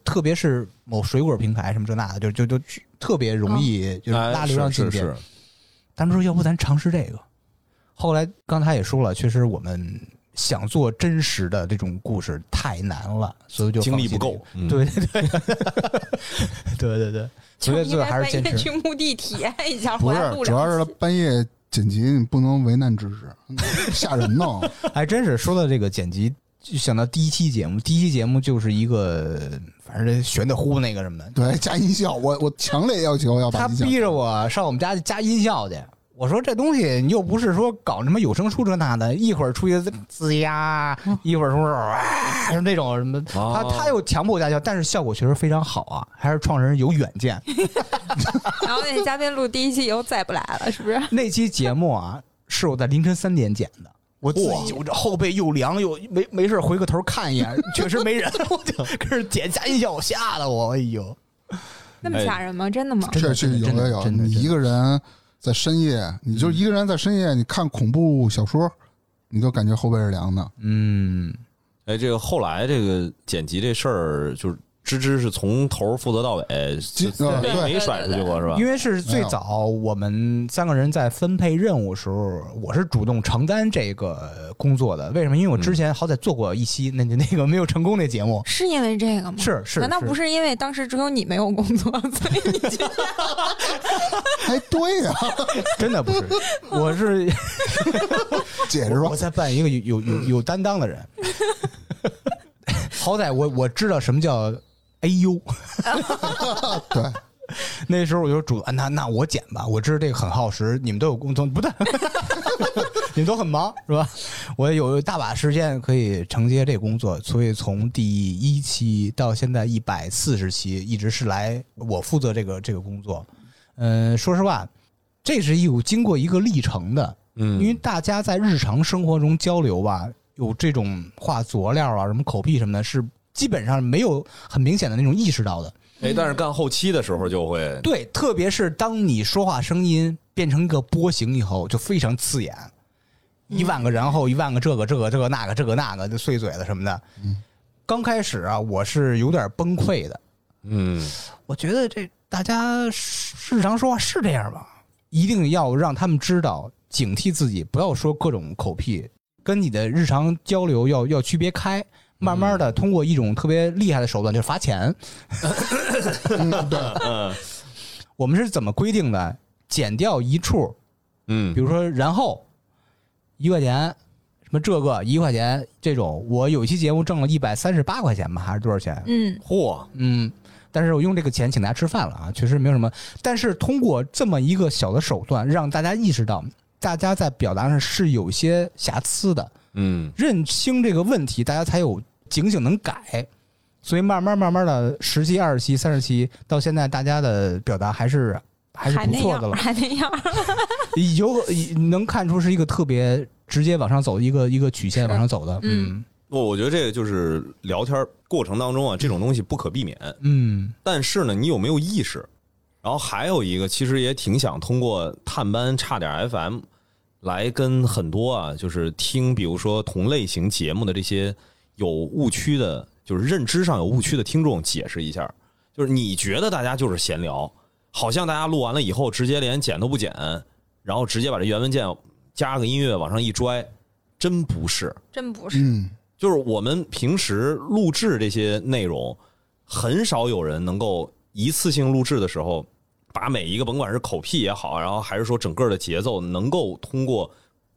Speaker 3: 特别是某水果平台什么这那的，就就就特别容易 就是
Speaker 1: 哎
Speaker 3: 拉流量
Speaker 1: 是
Speaker 3: 进
Speaker 1: 是
Speaker 3: 去。
Speaker 1: 是，
Speaker 3: 他们说要不咱尝试这个。后来刚才也说了，确实我们想做真实的这种故事太难了，所以就
Speaker 1: 精力不
Speaker 3: 放弃
Speaker 1: 够。嗯
Speaker 3: 这个。对对对， 对对对，
Speaker 4: 就
Speaker 3: 所以
Speaker 4: 应
Speaker 3: 最后
Speaker 4: 该
Speaker 3: 还是
Speaker 4: 半
Speaker 3: 坚
Speaker 4: 夜
Speaker 3: 持
Speaker 4: 去。墓地体验一下，
Speaker 2: 不
Speaker 4: 回
Speaker 2: 是
Speaker 4: 来录，
Speaker 2: 主要
Speaker 4: 两
Speaker 2: 是
Speaker 4: 期
Speaker 2: 他半夜剪辑，你不能为难之至，吓人呢。
Speaker 3: 还哎真是说到这个剪辑，就想到第一期节目，第一期节目就是一个反正悬的乎那个什么，
Speaker 2: 对， 加音效，我我强烈要求要把
Speaker 3: 他
Speaker 2: 音效
Speaker 3: 逼着我上我们家去加音效去。我说这东西你又不是说搞什么有声书这那的，一会儿出去吱呀，
Speaker 4: 嗯
Speaker 3: 一会儿说啊什么这种什么，他
Speaker 1: 哦
Speaker 3: 他又强迫我家教，但是效果确实非常好啊，还是创始人有远见。
Speaker 4: 然后那嘉宾录第一期以后再不来了，是不是？
Speaker 3: 那期节目啊，是我在凌晨三点剪的。我自己我这后背又凉又没没事回个头看一眼，确实没人，我就跟着剪加音效，我吓得我哎呦，
Speaker 4: 那么吓人吗？真的吗？
Speaker 3: 真
Speaker 2: 确
Speaker 3: 的
Speaker 2: 实
Speaker 3: 真的
Speaker 2: 有
Speaker 3: 真的
Speaker 2: 有有，
Speaker 3: 真的
Speaker 2: 你
Speaker 3: 真
Speaker 2: 一
Speaker 3: 的
Speaker 2: 个人在深夜，你就一个人在深夜，你看恐怖小说，你都感觉后背是凉的。
Speaker 3: 嗯，
Speaker 1: 哎，这个后来这个剪辑这事儿，就是芝芝是从头负责到尾，
Speaker 2: 基
Speaker 1: 就
Speaker 2: 呃
Speaker 1: 没
Speaker 4: 对
Speaker 1: 没甩出去过是吧？
Speaker 3: 因为是最早我们三个人在分配任务时候，我是主动承担这个工作的。为什么？因为我之前好歹做过一期那那个没有成功那节 目，
Speaker 4: 是因为这个吗？
Speaker 3: 是是，
Speaker 4: 难道不
Speaker 3: 是？
Speaker 4: 是因为当时只有你没有工作，所以你 就
Speaker 2: 哎，对呀、
Speaker 3: 真的不是，我是
Speaker 2: 解释
Speaker 3: 我
Speaker 2: 说，
Speaker 3: 在扮一个有有有有担当的人。好歹我我知道什么叫 AU，
Speaker 2: 对，
Speaker 3: 那时候我就主啊，那那我剪吧，我知道这个很耗时，你们都有工作，不对， 你们都很忙是吧？我有大把时间可以承接这工作，所以从第一期到现在一百四十期，一直是来我负责这个这个工作。嗯、说实话，这是有经过一个历程的，
Speaker 1: 嗯
Speaker 3: 因为大家在日常生活中交流吧，有这种画佐料啊、什么口癖什么的，是基本上没有很明显的那种意识到的。
Speaker 1: 哎，但是干后期的时候就会，
Speaker 3: 对，特别是当你说话声音变成一个波形以后，就非常刺眼，一万个然后，一万个这个这个这个那个这个那个就碎嘴子什么的。刚开始啊，我是有点崩溃的，
Speaker 1: 嗯，
Speaker 3: 我觉得这大家日常说话是这样吧？一定要让他们知道警惕自己，不要说各种口癖，跟你的日常交流要要区别开。慢慢的，通过一种特别厉害的手段，就是罚钱。啊
Speaker 1: 嗯
Speaker 3: 我们是怎么规定的？减掉一处，
Speaker 1: 嗯
Speaker 3: 比如说然后一块钱，什么这个一块钱这种。我有一期节目挣了一百三十八块钱吧，还是多少钱？
Speaker 4: 嗯，
Speaker 1: 嚯，
Speaker 3: 嗯，但是我用这个钱请大家吃饭了啊，确实没有什么。但是通过这么一个小的手段，让大家意识到，大家在表达上是有些瑕疵的，
Speaker 1: 嗯
Speaker 3: 认清这个问题，大家才有警醒能改。所以慢慢慢慢的，十期、二十期、三十期，到现在大家的表达还是还是
Speaker 4: 还
Speaker 3: 不
Speaker 4: 那
Speaker 3: 错的
Speaker 4: 样，
Speaker 3: 了，
Speaker 4: 还那样，
Speaker 3: 有能看出是一个特别直接往上走的一个一个曲线往上走的，嗯
Speaker 4: 嗯
Speaker 1: 我我觉得这个就是聊天过程当中啊，这种东西不可避免。
Speaker 3: 嗯
Speaker 1: 但是呢，你有没有意识？然后还有一个，其实也挺想通过探班差点 FM 来跟很多啊，就是听比如说同类型节目的这些有误区的，就是认知上有误区的听众解释一下，就是你觉得大家就是闲聊，好像大家录完了以后直接连剪都不剪，然后直接把这原文件加个音乐往上一拽，真不是。
Speaker 4: 真不是。
Speaker 2: 嗯，
Speaker 1: 就是我们平时录制这些内容，很少有人能够一次性录制的时候，把每一个甭管是口癖也好，然后还是说整个的节奏，能够通过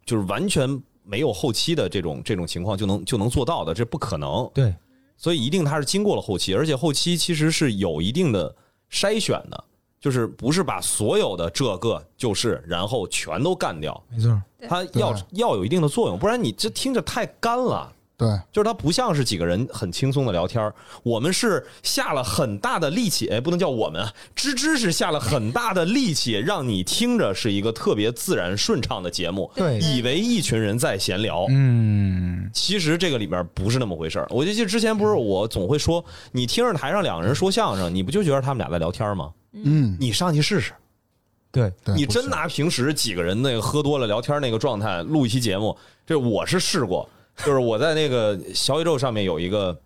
Speaker 1: 就是完全没有后期的这种这种情况就能就能做到的，这不可能。
Speaker 3: 对，
Speaker 1: 所以一定它是经过了后期，而且后期其实是有一定的筛选的，就是不是把所有的这个就是然后全都干掉，
Speaker 3: 没错，
Speaker 4: 对
Speaker 1: 它要
Speaker 2: 对
Speaker 1: 要有一定的作用，不然你这听着太干了。
Speaker 2: 对，
Speaker 1: 就是它不像是几个人很轻松的聊天儿我们是下了很大的力气，哎，不能叫我们，芝芝是下了很大的力气，让你听着是一个特别自然顺畅的节目，
Speaker 3: 对
Speaker 1: 以为一群人在闲聊，
Speaker 3: 嗯
Speaker 1: 其实这个里面不是那么回事儿。我就记得之前不是我总会说，你听着台上两个人说相声，你不就觉得他们俩在聊天吗？
Speaker 2: 嗯，
Speaker 1: 你上去试试，
Speaker 3: 对，
Speaker 2: 对，
Speaker 1: 你真拿平时几个人那个喝多了聊天那个状态录一期节目，这我是试过，就是我在那个小宇宙上面有一个，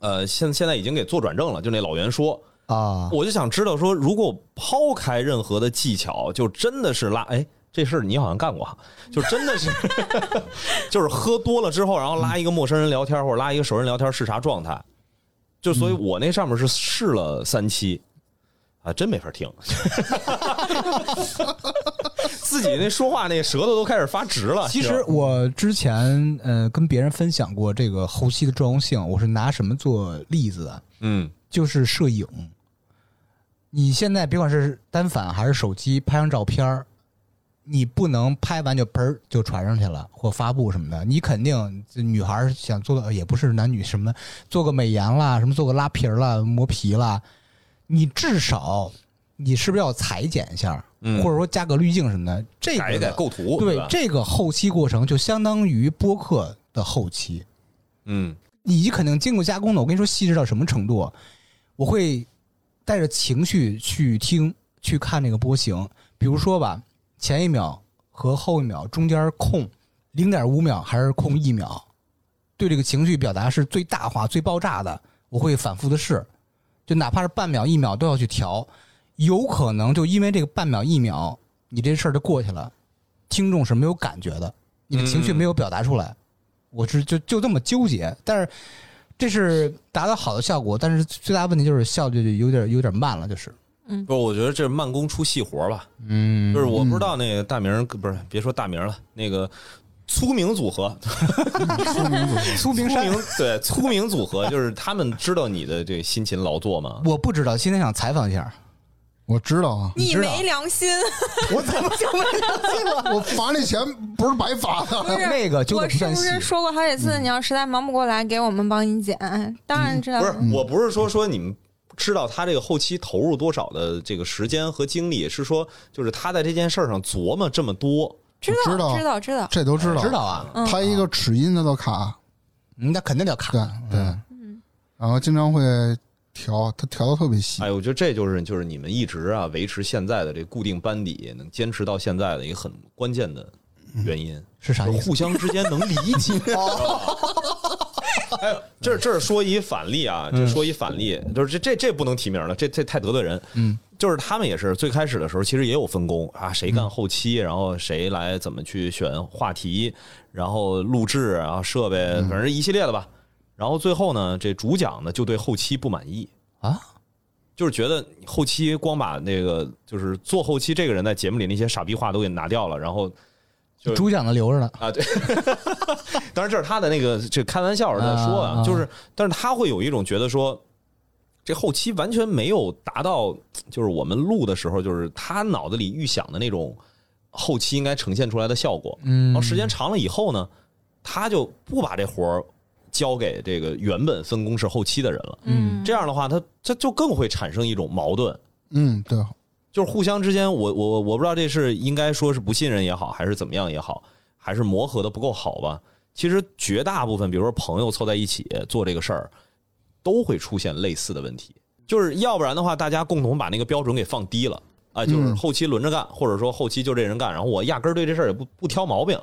Speaker 1: 呃，现现在已经给做转正了，就那老袁说，
Speaker 3: 啊，
Speaker 1: 我就想知道说，如果抛开任何的技巧，就真的是拉哎。这事儿你好像干过哈，就真的是， 就是喝多了之后，然后拉一个陌生人聊天，或者拉一个熟人聊天是啥状态？就所以，
Speaker 3: 嗯
Speaker 1: 我那上面是试了三期，啊，真没法听， 自己那说话那舌头都开始发直 了。
Speaker 3: 其
Speaker 1: 你知
Speaker 3: 实
Speaker 1: 道吗
Speaker 3: 我之前呃跟别人分享过这个后期的重要性，我是拿什么做例子的？
Speaker 1: 嗯
Speaker 3: 就是摄影。你现在别管是单反还是手机拍张照片儿，你不能拍完就嘣儿就传上去了或发布什么的，你肯定这女孩儿想做个也不是男女什么的，做个美颜啦，什么做个拉皮儿啦、磨皮啦，你至少你是不是要裁剪一下，
Speaker 1: 嗯，
Speaker 3: 或者说加个滤镜什么的？这个
Speaker 1: 改一改构图，
Speaker 3: 对
Speaker 1: 吧
Speaker 3: 这个后期过程就相当于播客的后期，
Speaker 1: 嗯
Speaker 3: 你肯定经过加工的。我跟你说，细致到什么程度啊？我会带着情绪去听、去看那个波形。比如说吧，前一秒和后一秒中间空零点五秒还是空一秒，对这个情绪表达是最大化、最爆炸的。我会反复的试，就哪怕是半秒、一秒都要去调。有可能就因为这个半秒、一秒，你这事儿就过去了，听众是没有感觉的，你的情绪
Speaker 1: 嗯
Speaker 3: 没有表达出来。我是就就这么纠结，但是这是达到好的效果，但是最大问题就是效率就有点有点慢了，就是
Speaker 1: 不是，我觉得这是慢工出细活吧。
Speaker 3: 嗯
Speaker 1: 就是我不知道那个大名儿，不是别说大名儿了，那个粗名组合，
Speaker 3: 苏冰山
Speaker 1: 粗。名对粗名组合，就是他们知道你的这辛勤劳作吗？
Speaker 3: 我不知道，今天想采访一下，
Speaker 2: 我知道啊，
Speaker 4: 你
Speaker 3: 知道
Speaker 4: 没 良心，
Speaker 3: 我怎么就没
Speaker 2: 我罚那钱不是白罚啊的，
Speaker 4: 不是
Speaker 3: 呃那个就
Speaker 4: 我
Speaker 3: 不
Speaker 4: 是
Speaker 3: 算
Speaker 4: 不
Speaker 3: 戏
Speaker 4: 是说过好几
Speaker 3: 嗯
Speaker 4: 次？你要实在忙不过来，给我们帮你剪。当然知道
Speaker 3: 啊
Speaker 1: 不，是，我不是说说你们知道他这个后期投入多少的这个时间和精力，是说就是他在这件事儿上琢磨这么多。
Speaker 4: 知
Speaker 2: 我知道
Speaker 4: 道，知道，知道。
Speaker 2: 这都知道，
Speaker 3: 知道啊？
Speaker 4: 嗯
Speaker 2: 他一个齿音他都卡，
Speaker 3: 嗯那肯定得卡
Speaker 2: 对。对，然后经常会调，他调的特别细，
Speaker 1: 哎，我觉得这就是就是你们一直啊维持现在的这固定班底，能坚持到现在的一个很关键的原因。
Speaker 3: 是啥意思
Speaker 1: 互相之间能理 解。 哎，
Speaker 3: 嗯
Speaker 1: 这这是说一反例啊，这说一反例，就是这这这不能提名了，这这太得罪人。
Speaker 3: 嗯，
Speaker 1: 就是他们也是最开始的时候，其实也有分工啊，谁干后期，然后谁来怎么去选话题，然后录制，然后设备，
Speaker 3: 嗯
Speaker 1: 反正一系列的吧。然后最后呢，这主讲呢就对后期不满意
Speaker 3: 啊，
Speaker 1: 就是觉得后期光把那个就是做后期这个人在节目里那些傻逼话都给拿掉了，然后就
Speaker 3: 主讲的留着呢，
Speaker 1: 啊，对，当然这是他的那个这开玩笑在说
Speaker 3: 啊啊
Speaker 1: 啊，就是，但是他会有一种觉得说，这后期完全没有达到，就是我们录的时候，就是他脑子里预想的那种后期应该呈现出来的效果。
Speaker 3: 嗯
Speaker 1: 然哦后时间长了以后呢，他就不把这活儿交给这个原本分工是后期的人了。
Speaker 4: 嗯，
Speaker 1: 这样的话，他他就更会产生一种矛盾，
Speaker 2: 嗯，对，
Speaker 1: 就是互相之间，我我我我不知道这是应该说是不信任也好，还是怎么样也好，还是磨合的不够好吧。其实绝大部分，比如说朋友凑在一起做这个事儿，都会出现类似的问题，就是要不然的话，大家共同把那个标准给放低了啊，就是
Speaker 2: 嗯
Speaker 1: 后期轮着干，或者说后期就这人干，然后我压根儿对这事儿也不不挑毛病，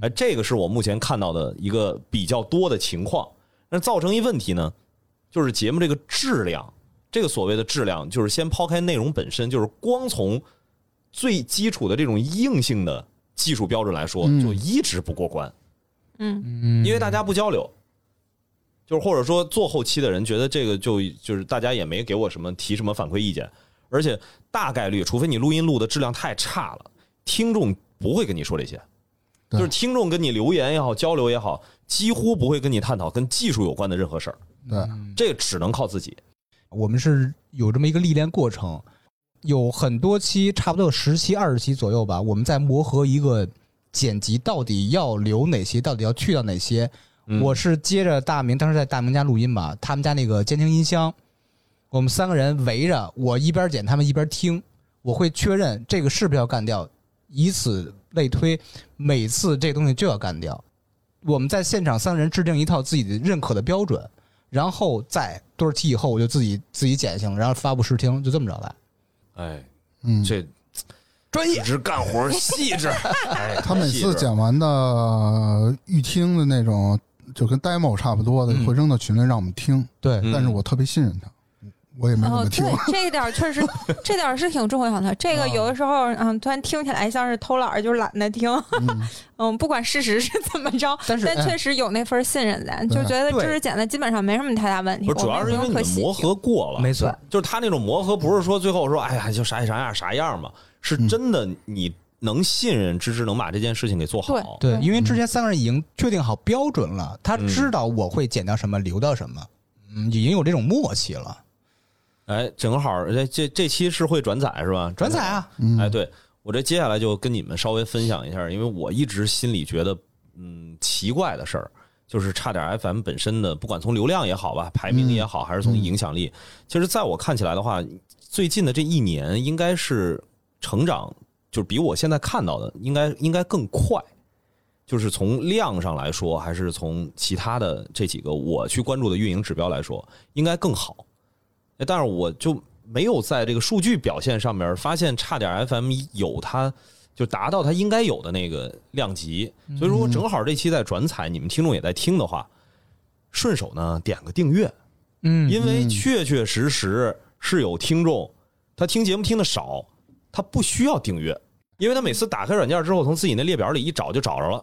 Speaker 1: 哎，这个是我目前看到的一个比较多的情况。那造成一问题呢，就是节目这个质量，这个所谓的质量，就是先抛开内容本身，就是光从最基础的这种硬性的技术标准来说，
Speaker 2: 嗯
Speaker 1: 就一直不过关，
Speaker 4: 嗯
Speaker 1: 因为大家不交流。就是或者说做后期的人觉得这个就就是大家也没给我什么提什么反馈意见，而且大概率，除非你录音录的质量太差了，听众不会跟你说这些。就
Speaker 2: 对
Speaker 1: 是听众跟你留言也好，交流也好，几乎不会跟你探讨跟技术有关的任何事儿。
Speaker 2: 对，
Speaker 1: 这个只能靠自己。
Speaker 3: 我们是有这么一个历练过程，有很多期，差不多有十期、二十期左右吧，我们在磨合一个剪辑到底要留哪些，到底要去掉哪些。
Speaker 1: 嗯
Speaker 3: 我是接着大明，当时在大明家录音嘛，他们家那个监听音箱，我们三个人围着，我一边剪，他们一边听，我会确认这个是不是要干掉，以此类推，每次这东西就要干掉。我们在现场三个人制定一套自己的认可的标准，然后在多少期以后我就自己自己剪行了，然后发布试听，就这么着来。
Speaker 1: 哎，
Speaker 2: 嗯，
Speaker 1: 这
Speaker 3: 专
Speaker 1: 一，直干活细 致。哎
Speaker 2: 他每次，讲完的呃预听的那种，就跟 demo 差不多的，
Speaker 3: 嗯
Speaker 2: 会扔到群里让我们听。
Speaker 3: 对，
Speaker 1: 嗯
Speaker 2: 但是我特别信任他，我也没怎
Speaker 4: 哦
Speaker 2: 么，听
Speaker 4: 对。，这一点儿 确实，这点儿是挺重要的。这
Speaker 2: 啊
Speaker 4: 个有的时候，嗯，突然听起来像是偷懒儿，就是懒得听。
Speaker 2: 嗯， 哎
Speaker 4: 嗯，不管事实是怎么 着，
Speaker 3: 但是哎
Speaker 4: 但确实有那份信任在，就觉得知识剪的基本上没什么太大问题。
Speaker 1: 不是主要是因为你们磨合过了，
Speaker 3: 没错，
Speaker 1: 就是他那种磨合，不是说最后说哎呀就啥也啥样啥样嘛，是
Speaker 3: 嗯
Speaker 1: 真的你能信任芝芝能把这件事情给做好。
Speaker 3: 对，
Speaker 4: 对
Speaker 3: 因为之前三个人已经确定好标准了，他知道我会剪掉什么，留掉什么，嗯，已经有这种默契了。
Speaker 1: 哎，正好这这这期是会转载是吧？
Speaker 3: 转载啊，
Speaker 2: 嗯
Speaker 1: 哎，对我这接下来就跟你们稍微分享一下，因为我一直心里觉得，嗯，奇怪的事儿就是差点 FM 本身的，不管从流量也好吧，排名也好，还是从影响力，其实在我看起来的话，最近的这一年应该是成长，就是比我现在看到的应该应该更快。就是从量上来说，还是从其他的这几个我去关注的运营指标来说，应该更好。哎但是我就没有在这个数据表现上面发现差点 FM 有它就达到它应该有的那个量级，所以如果正好这期在转采，你们听众也在听的话，顺手呢点个订阅，
Speaker 3: 嗯
Speaker 1: 因为确确实实是有听众，他听节目听的少，他不需要订阅，因为他每次打开软件之后，从自己那列表里一找就找着了。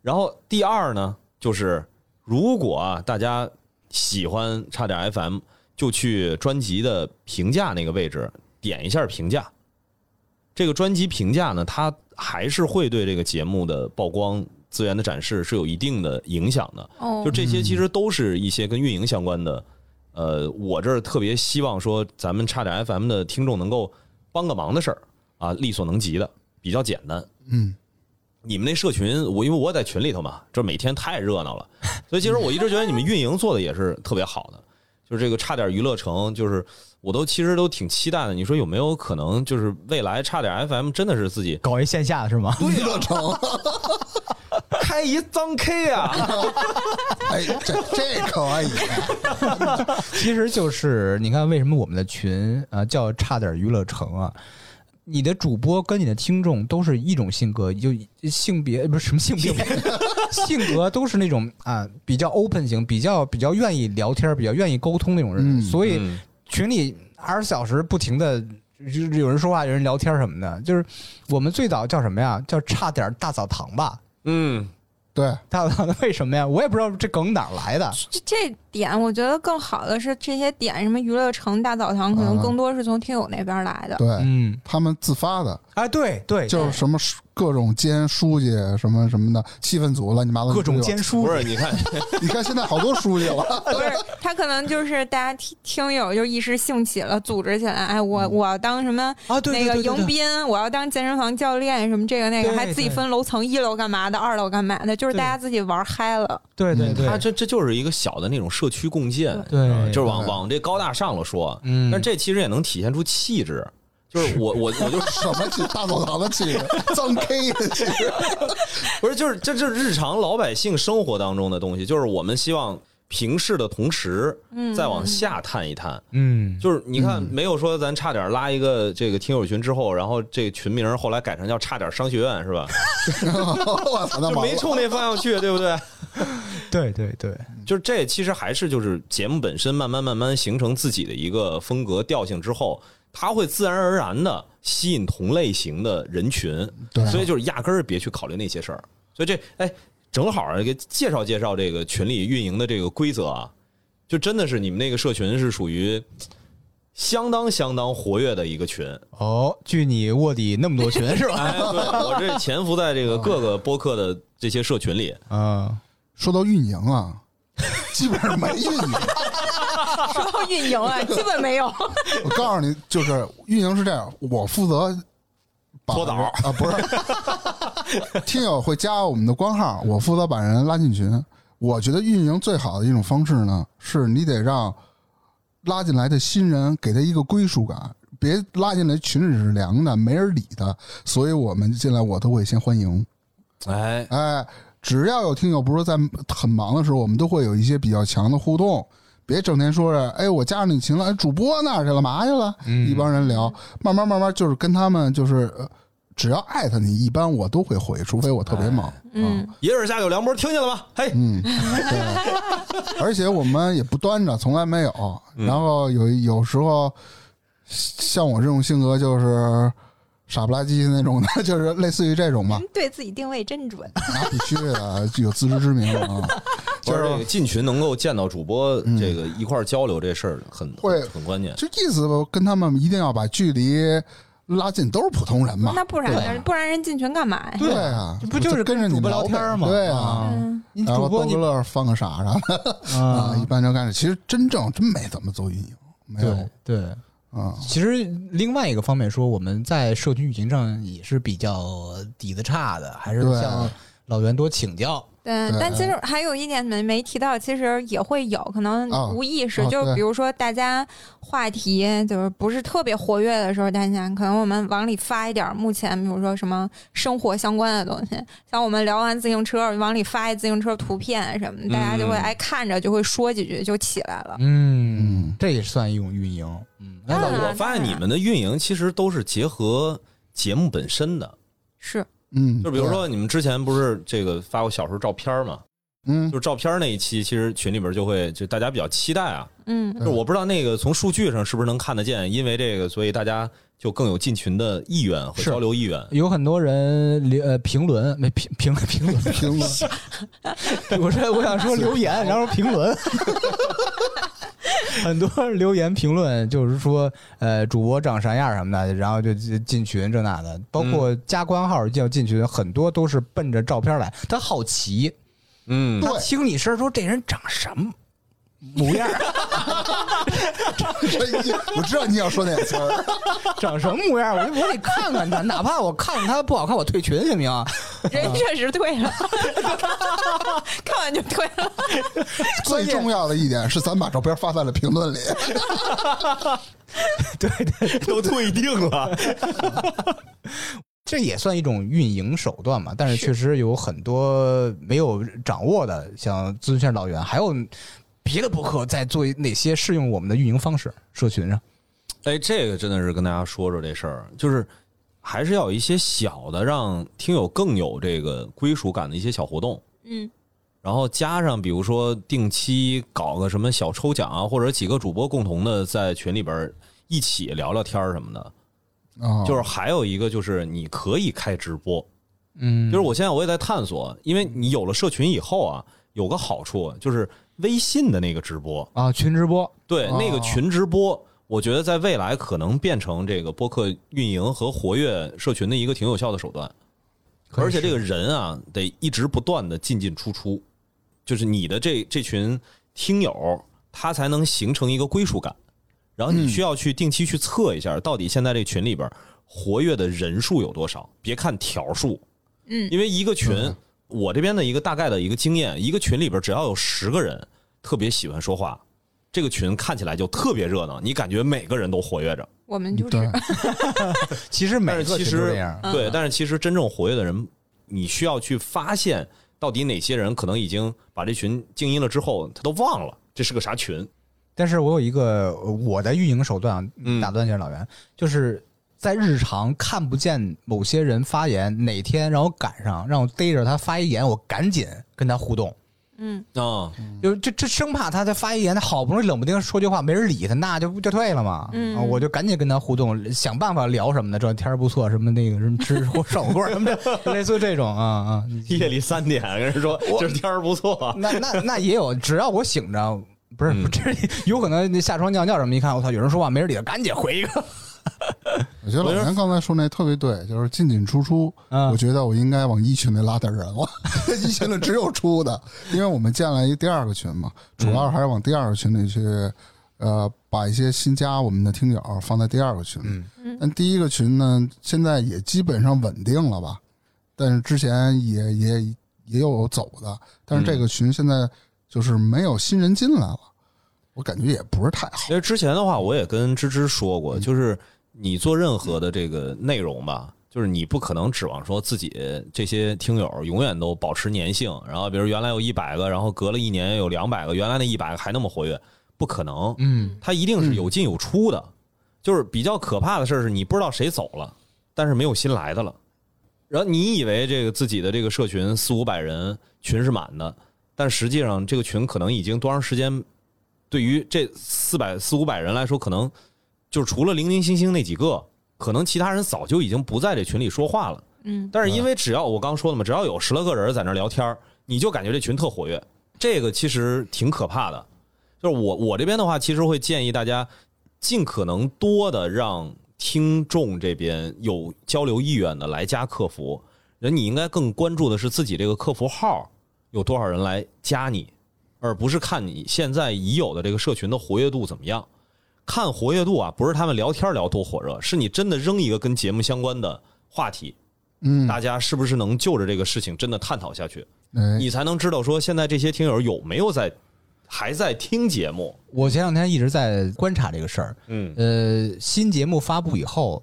Speaker 1: 然后第二呢，就是如果啊大家喜欢差点 FM，就去专辑的评价那个位置点一下评价。这个专辑评价呢，它还是会对这个节目的曝光、资源的展示是有一定的影响的。
Speaker 4: 哦
Speaker 1: 就，这些其实都是一些跟运营相关的。呃，我这儿特别希望说，咱们差点 FM 的听众能够帮个忙的事儿啊，力所能及的，比较简单。
Speaker 2: 嗯，
Speaker 1: 你们那社群，我因为我在群里头嘛，这每天太热闹了， 所以其实我一直觉得你们运营做的也是特别好的。就是这个差点娱乐城，就是我都其实都挺期待的。你说有没有可能，就是未来差点 FM 真的是自己
Speaker 3: 搞一线下是吗？
Speaker 2: 娱乐城，
Speaker 1: 开一脏 K 啊？
Speaker 2: 哎，这这可以，
Speaker 3: 其实就是你看，为什么我们的群啊叫差点娱乐城啊？你的主播跟你的听众都是一种性格，就性别不是什么 性别， 性格都是那种啊比较 open 型，比较比较愿意聊天，比较愿意沟通那种人，
Speaker 2: 嗯
Speaker 3: 所以
Speaker 1: 嗯
Speaker 3: 群里二十四小时不停的就是有人说话，有人聊天什么的。就是我们最早叫什么呀？叫差点大澡堂吧。
Speaker 1: 嗯，
Speaker 2: 对，
Speaker 3: 大澡堂为什么呀？我也不知道这梗哪儿来的。
Speaker 4: 这这点我觉得更好的是这些点，什么娱乐城、大澡堂，可能
Speaker 2: 啊
Speaker 4: 更多是从听友那边来的。
Speaker 2: 对
Speaker 3: 嗯，
Speaker 2: 他们自发的，
Speaker 3: 哎，对对，
Speaker 2: 就是什么各种兼书记什么什么的，气氛组乱七八糟，
Speaker 3: 各种奸。书
Speaker 1: 不，是，你看，
Speaker 2: 你看现在好多书记了，
Speaker 4: 不是，他可能就是大家听听友就一时兴起了，组织起来，哎，我
Speaker 2: 嗯
Speaker 4: 我要当什么
Speaker 3: 啊，对
Speaker 4: 那个
Speaker 3: 对对对
Speaker 4: 迎宾，我要当健身房教练，什么这个那个，
Speaker 3: 对
Speaker 4: 还自己
Speaker 3: 对
Speaker 4: 分楼层，一楼干嘛的，二楼干嘛的，就是
Speaker 3: 对
Speaker 4: 大家自己玩嗨了。
Speaker 3: 对对对，
Speaker 1: 它这这就是一个小的那种社区共建，
Speaker 3: 对
Speaker 1: 你知道吗就是往
Speaker 2: 对
Speaker 1: 往这高大上了说，
Speaker 3: 嗯
Speaker 1: 但这其实也能体现出气质。就是我我我就
Speaker 2: 什么气大澡堂的气，脏 K 的气，
Speaker 1: 不是就是这就是日常老百姓生活当中的东西，就是我们希望平视的同时，
Speaker 4: 嗯，
Speaker 1: 再往 下探一探。
Speaker 3: 嗯，
Speaker 1: 就是你看，没有说咱差点拉一个这个听友群之后，然后这群名后来改成叫差点商学院 是吧？
Speaker 2: 我操，
Speaker 3: 啊
Speaker 2: 那
Speaker 1: 就
Speaker 2: 完
Speaker 1: 没
Speaker 2: 了。
Speaker 1: 冲那方向去，对不对？
Speaker 3: 对对对，
Speaker 1: 就是这其实还是就是节目本身慢慢慢慢形成自己的一个风格调性之后，它会自然而然的吸引同类型的人群，
Speaker 2: 对
Speaker 1: 所以就是压根儿别去考虑那些事儿。所以这哎，正好儿给介绍介绍这个群里运营的这个规则啊，就真的是你们那个社群是属于相当相当活跃的一个群。
Speaker 3: 哦，据你卧底那么 多群 是吧？
Speaker 1: 哎，对我这潜伏在这个各个播客的这些社群里，
Speaker 3: 嗯，
Speaker 2: 说到运营啊，基本上没运营。
Speaker 4: 说到运营啊，基本没有。
Speaker 2: 我告诉你，就是运营是这样，我负责把
Speaker 1: 搓澡
Speaker 2: 人啊，不是，听友会加我们的官号，我负责把人拉进群。我觉得运营最好的一种方式呢，是你得让拉进来的新人给他一个归属感，别拉进来群里是凉的，没人理他。所以我们进来，我都会先欢迎。
Speaker 1: 哎，
Speaker 2: 哎，只要有听友不是在很忙的时候，我们都会有一些比较强的互动。别整天说着，哎，我加上你群了，哎，主播哪儿去了，嘛去了？一帮人聊，慢慢慢慢就是跟他们就是，呃只要艾特你，一般我都会回，除非我特别忙。啊
Speaker 4: 嗯，
Speaker 1: 爷儿下有梁波，听见了吗？嘿，
Speaker 2: 嗯，对，而且我们也不端着，从来没有。嗯然后有有时候，像我这种性格就是傻不拉几那种的，就是类似于这种吧，
Speaker 4: 嗯对自己定位真准。
Speaker 2: 那必须的，有自知之明啊。
Speaker 1: 就
Speaker 2: 就是是
Speaker 1: 这个进群能够见到主播，这个一块儿交流这事儿很
Speaker 2: 会
Speaker 1: 很关键。
Speaker 2: 就意思吧，跟他们一定要把距离拉近，都是普通人
Speaker 1: 嗯
Speaker 2: 嘛。
Speaker 4: 那不然呢？不然人进群干嘛呀？
Speaker 2: 对啊，
Speaker 3: 这不就是
Speaker 2: 跟着你
Speaker 3: 主播
Speaker 2: 聊
Speaker 3: 聊天儿
Speaker 2: 呗
Speaker 3: 吗
Speaker 2: 对
Speaker 3: 啊
Speaker 2: 啊，
Speaker 4: 嗯，
Speaker 3: 你
Speaker 2: 然后逗
Speaker 3: 主播你
Speaker 2: 个乐儿放个傻啥的啊， 哎一般就干这。其实真正真没怎么做运营，没有
Speaker 3: 对对。
Speaker 2: 啊，
Speaker 3: 其实另外一个方面说，我们在社群运行上也是比较底子差的，还是
Speaker 2: 对
Speaker 3: 向老袁多请教。
Speaker 4: 对，
Speaker 2: 对
Speaker 4: 嗯
Speaker 2: 嗯
Speaker 4: 但其实还有一点没没提到，其实也会有可能
Speaker 2: 啊
Speaker 4: 无意识，
Speaker 2: 啊
Speaker 4: 就
Speaker 2: 对
Speaker 4: 比如说大家话题就是不是特别活跃的时候，大家可能我们往里发一点儿，目前比如说什么生活相关的东西，像我们聊完自行车，往里发一自行车图片什么的，大家就会
Speaker 1: 嗯
Speaker 4: 哎看着就会说几句就起来了。
Speaker 3: 嗯，
Speaker 2: 嗯，
Speaker 3: 这也算一种运营。嗯，
Speaker 4: 啊啊当然
Speaker 3: 那
Speaker 4: 了
Speaker 1: 我发现你们的运营其实都是结合节目本身的，
Speaker 4: 是，
Speaker 2: 嗯，
Speaker 1: 就比如说你们之前不是这个发过小时候照片嘛，
Speaker 2: 对，嗯
Speaker 1: 就，是照片那一期，其实群里边就会就大家比较期待啊。
Speaker 4: 嗯
Speaker 1: 就是我不知道那个从数据上是不是能看得见，因为这个，所以大家就更有进群的意愿和
Speaker 3: 是
Speaker 1: 交流意愿。
Speaker 3: 有很多人留呃评论，没评评评论，
Speaker 2: 评论
Speaker 3: 我说我想说留言，然后评论。 很多留言评论就是说，呃，主播长啥样什么的，然后就进进群这那的，包括加官号要进群，很多都是奔着照片来，他好奇，
Speaker 1: 嗯，
Speaker 3: 他听你声儿说这人长什么模样儿，
Speaker 2: 我知道你要说哪 个词儿，
Speaker 3: 长什么模样儿，我就我得看看他，哪怕我看他不好看，我退群行不行？
Speaker 4: 人确实退了， 看完就退了。
Speaker 2: 最重要的一点是，咱把照片发在了评论里，
Speaker 3: 对对，
Speaker 1: 都退定了。
Speaker 3: 这也算一种运营手段嘛，但是确实有很多没有掌握的，想咨询一下老袁，还有别的博客在做哪些适用我们的运营方式？社群上，
Speaker 1: 哎，这个真的是跟大家说说这事儿，就是还是要有一些小的，让听友更有这个归属感的一些小活动，
Speaker 4: 嗯，
Speaker 1: 然后加上比如说定期搞个什么小抽奖啊，或者几个主播共同的在群里边一起聊聊天儿什么的，
Speaker 2: 哦
Speaker 1: 就是还有一个就是你可以开直播，
Speaker 3: 嗯，
Speaker 1: 就是我现在我也在探索，因为你有了社群以后啊，有个好处就是微信的那个直播，
Speaker 3: 啊，群直播，
Speaker 1: 对
Speaker 2: 哦
Speaker 1: 那个群直播，我觉得在未来可能变成这个播客运营和活跃社群的一个挺有效的手段。
Speaker 3: 可以
Speaker 1: 而且
Speaker 3: 是
Speaker 1: 这个人啊，得一直不断的进进出出，就是你的这这群听友，他才能形成一个归属感。然后你需要去定期去测一下，到底现在这群里边活跃的人数有多少？别看条数，
Speaker 4: 嗯
Speaker 1: 因为一个群
Speaker 2: 嗯，
Speaker 1: 我这边的一个大概的一个经验，一个群里边只要有十个人特别喜欢说话，这个群看起来就特别热闹，你感觉每个人都活跃着。
Speaker 4: 我们就
Speaker 2: 对
Speaker 4: 是，
Speaker 3: 其实每
Speaker 1: 但是
Speaker 3: 个
Speaker 1: 其
Speaker 3: 群
Speaker 1: 实
Speaker 3: 都这样，
Speaker 1: 对，但是其实真正活跃的人，你需要去发现到底哪些人可能已经把这群静音了之后，他都忘了这是个啥群。
Speaker 3: 但是我有一个呃我的运营手段啊，
Speaker 1: 嗯
Speaker 3: 打断一下老袁，就是在日常看不见某些人发言，哪天让我赶上，让我逮着他发一言，我赶紧跟他互动，
Speaker 4: 嗯，
Speaker 1: 啊，
Speaker 3: 就是这这生怕他在发一言，他好不容易冷不丁说句话，没人理他，那就就退了嘛。
Speaker 4: 嗯
Speaker 3: 啊我就赶紧跟他互动，想办法聊什么的，这天儿不错，什么那个什么吃火烧火锅什么的， 就类似这种啊啊。你
Speaker 1: 夜里三点跟人说今儿天儿不错 啊，
Speaker 3: 那那那也有，只要我醒着，不是、 这有可能那下床尿尿什么，一看我操，有人说话没人理他，赶紧回一个。
Speaker 2: 我觉得老
Speaker 1: 我觉得
Speaker 2: 袁刚才说那特别对，就是进进出出。
Speaker 3: 嗯
Speaker 2: 我觉得我应该往一群里拉点人了， 一群里只有出的，因为我们建了一第二个群嘛，主
Speaker 1: 嗯
Speaker 2: 要还是往第二个群里去，呃，把一些新加我们的听友放在第二个群里。
Speaker 4: 嗯
Speaker 2: 但第一个群呢，现在也基本上稳定了吧，但是之前也也也有走的，但是这
Speaker 1: 嗯
Speaker 2: 个群现在就是没有新人进来了，我感觉也不是太好。
Speaker 1: 其实之前的话，我也跟芝芝说过，就是你做任何的这个内容吧，就是你不可能指望说自己这些听友永远都保持粘性，然后比如原来有一百个，然后隔了一年有两百个，原来那一百个还那么活跃，不可能，
Speaker 3: 嗯，
Speaker 1: 它一定是有进有出的。就是比较可怕的事儿是你不知道谁走了，但是没有新来的了。然后你以为这个自己的这个社群四五百人群是满的，但实际上这个群可能已经多长时间，对于这四百四五百人来说，可能就是除了零零星星那几个，可能其他人早就已经不在这群里说话了。
Speaker 4: 嗯，
Speaker 1: 但是因为只要我刚说了嘛，只要有十来个人在那聊天儿，你就感觉这群特活跃，这个其实挺可怕的。就是我我这边的话，其实会建议大家尽可能多的让听众这边有交流意愿的来加客服。人你应该更关注的是自己这个客服号有多少人来加你，而不是看你现在已有的这个社群的活跃度怎么样。看活跃度啊，不是他们聊天聊多火热，是你真的扔一个跟节目相关的话题，
Speaker 2: 嗯，
Speaker 1: 大家是不是能就着这个事情真的探讨下去，
Speaker 2: 哎，
Speaker 1: 你才能知道说现在这些听友有没有在还在听节目。
Speaker 3: 我前两天一直在观察这个事儿，
Speaker 1: 嗯
Speaker 3: 呃，新节目发布以后，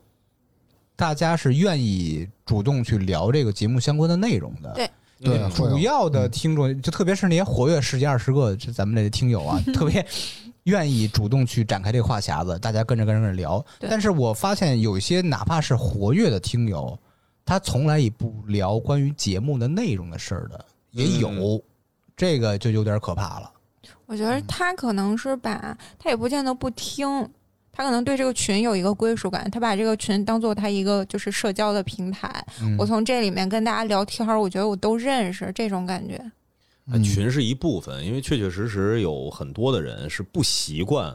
Speaker 3: 大家是愿意主动去聊这个节目相关的内容的。
Speaker 4: 对
Speaker 2: 对啊
Speaker 1: 嗯，
Speaker 2: 会有嗯
Speaker 3: 主要的听众，就特别是那些活跃十几二十个，就咱们这些听友 啊，特别愿意主动去展开这个话匣子，大家跟着跟着跟着聊。
Speaker 4: 对
Speaker 3: 但是我发现有一些哪怕是活跃的听友，他从来也不聊关于节目的内容的事儿的，也有，
Speaker 1: 嗯
Speaker 3: 这个就有点可怕了。
Speaker 4: 我觉得他可能是把，他也不见得不听，他可能对这个群有一个归属感，他把这个群当做他一个就是社交的平台，
Speaker 3: 嗯
Speaker 4: 我从这里面跟大家聊天儿，我觉得我都认识，这种感觉。
Speaker 2: 嗯
Speaker 1: 哎群是一部分，因为确确实实有很多的人是不习惯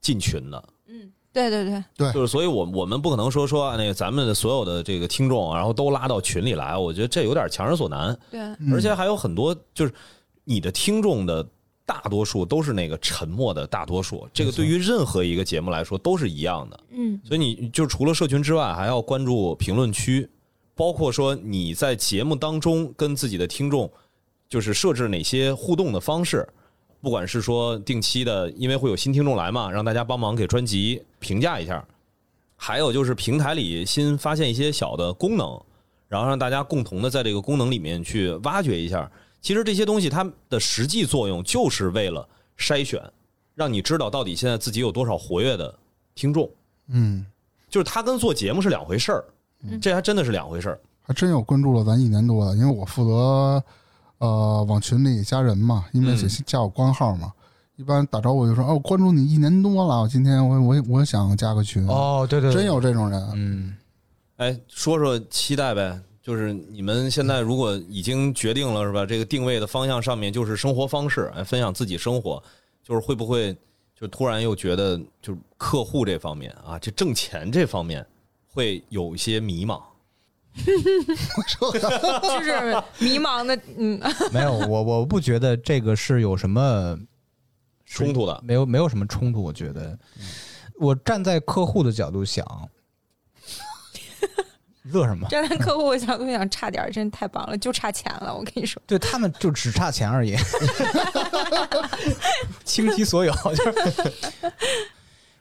Speaker 1: 进群的，
Speaker 4: 嗯，对对对，
Speaker 2: 对
Speaker 1: 就是所以我我们不可能说说啊那个咱们的所有的这个听众，然后都拉到群里来，我觉得这有点强人所难，
Speaker 4: 对，
Speaker 2: 嗯
Speaker 1: 而且还有很多就是你的听众的。大多数都是那个沉默的大多数，这个对于任何一个节目来说都是一样的。
Speaker 4: 嗯
Speaker 1: 所以你就除了社群之外，还要关注评论区，包括说你在节目当中跟自己的听众，就是设置哪些互动的方式，不管是说定期的，因为会有新听众来嘛，让大家帮忙给专辑评价一下，还有就是平台里新发现一些小的功能，然后让大家共同的在这个功能里面去挖掘一下。其实这些东西它的实际作用就是为了筛选，让你知道到底现在自己有多少活跃的听众。
Speaker 2: 嗯，
Speaker 1: 就是他跟做节目是两回事儿，这还真的是两回事儿。
Speaker 2: 还真有关注了咱一年多的，因为我负责呃往群里加人嘛，因为
Speaker 1: 嗯
Speaker 2: 得加我官号嘛。一般打招呼就说哦，我关注你一年多了，今天我我我想加个群，
Speaker 3: 哦，对对，对
Speaker 2: 真，有这种人。
Speaker 3: 嗯，
Speaker 1: 哎，说说期待呗，就是你们现在如果已经决定了是吧？这个定位的方向上面就是生活方式，哎，分享自己生活，就是会不会就突然又觉得就是客户这方面啊，这挣钱这方面会有一些迷茫。
Speaker 4: 就是迷茫的，嗯，
Speaker 3: 没有，我我不觉得这个是有什么
Speaker 1: 冲突的
Speaker 3: 没有没有什么冲突。我觉得，我站在客户的角度想，乐什么？
Speaker 4: 站在客户的角度想，差点儿真太棒了，就差钱了。我跟你说，
Speaker 3: 对他们就只差钱而已，倾其所有。 就是，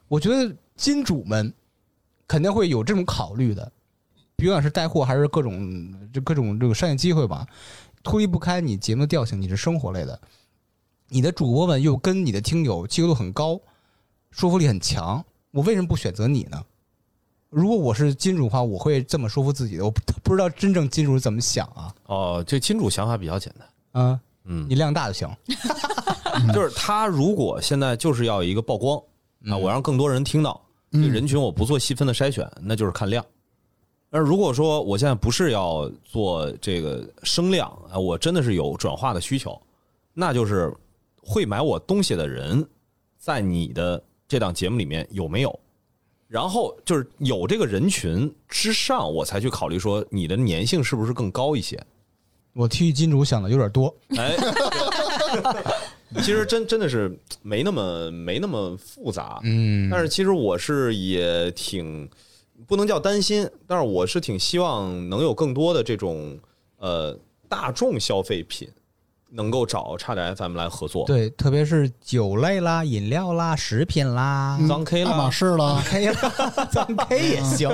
Speaker 3: 我觉得金主们肯定会有这种考虑的，不管是带货还是各种这各种这个商业机会吧，脱离不开你节目的调性，你是生活类的，你的主播们又跟你的听友契合度很高，说服力很强，我为什么不选择你呢？如果我是金主的话，我会这么说服自己的。我不不知道真正金主是怎么想啊。
Speaker 1: 哦，这金主想法比较简单。
Speaker 3: 啊，
Speaker 1: 嗯，
Speaker 3: 你量大就行。
Speaker 1: 就是他如果现在就是要一个曝光
Speaker 3: 嗯
Speaker 1: 啊，我让更多人听到，这人群我不做细分的筛选，那就是看量。但是如果说我现在不是要做这个声量啊，我真的是有转化的需求，那就是会买我东西的人，在你的这档节目里面有没有？然后就是有这个人群之上，我才去考虑说你的粘性是不是更高一些。
Speaker 3: 我替金主想的有点多，
Speaker 1: 哎，其实真真的是没那么没那么复杂，
Speaker 3: 嗯
Speaker 1: 但是其实我是也挺不能叫担心，但是我是挺希望能有更多的这种呃大众消费品能够找差点 FM 来合作，
Speaker 3: 对，特别是酒类啦、饮料啦、食品啦，
Speaker 1: 脏 K
Speaker 3: 嗯
Speaker 2: 爱马
Speaker 1: 啦，
Speaker 2: 仕了，
Speaker 3: 可以啦，咱可以也行。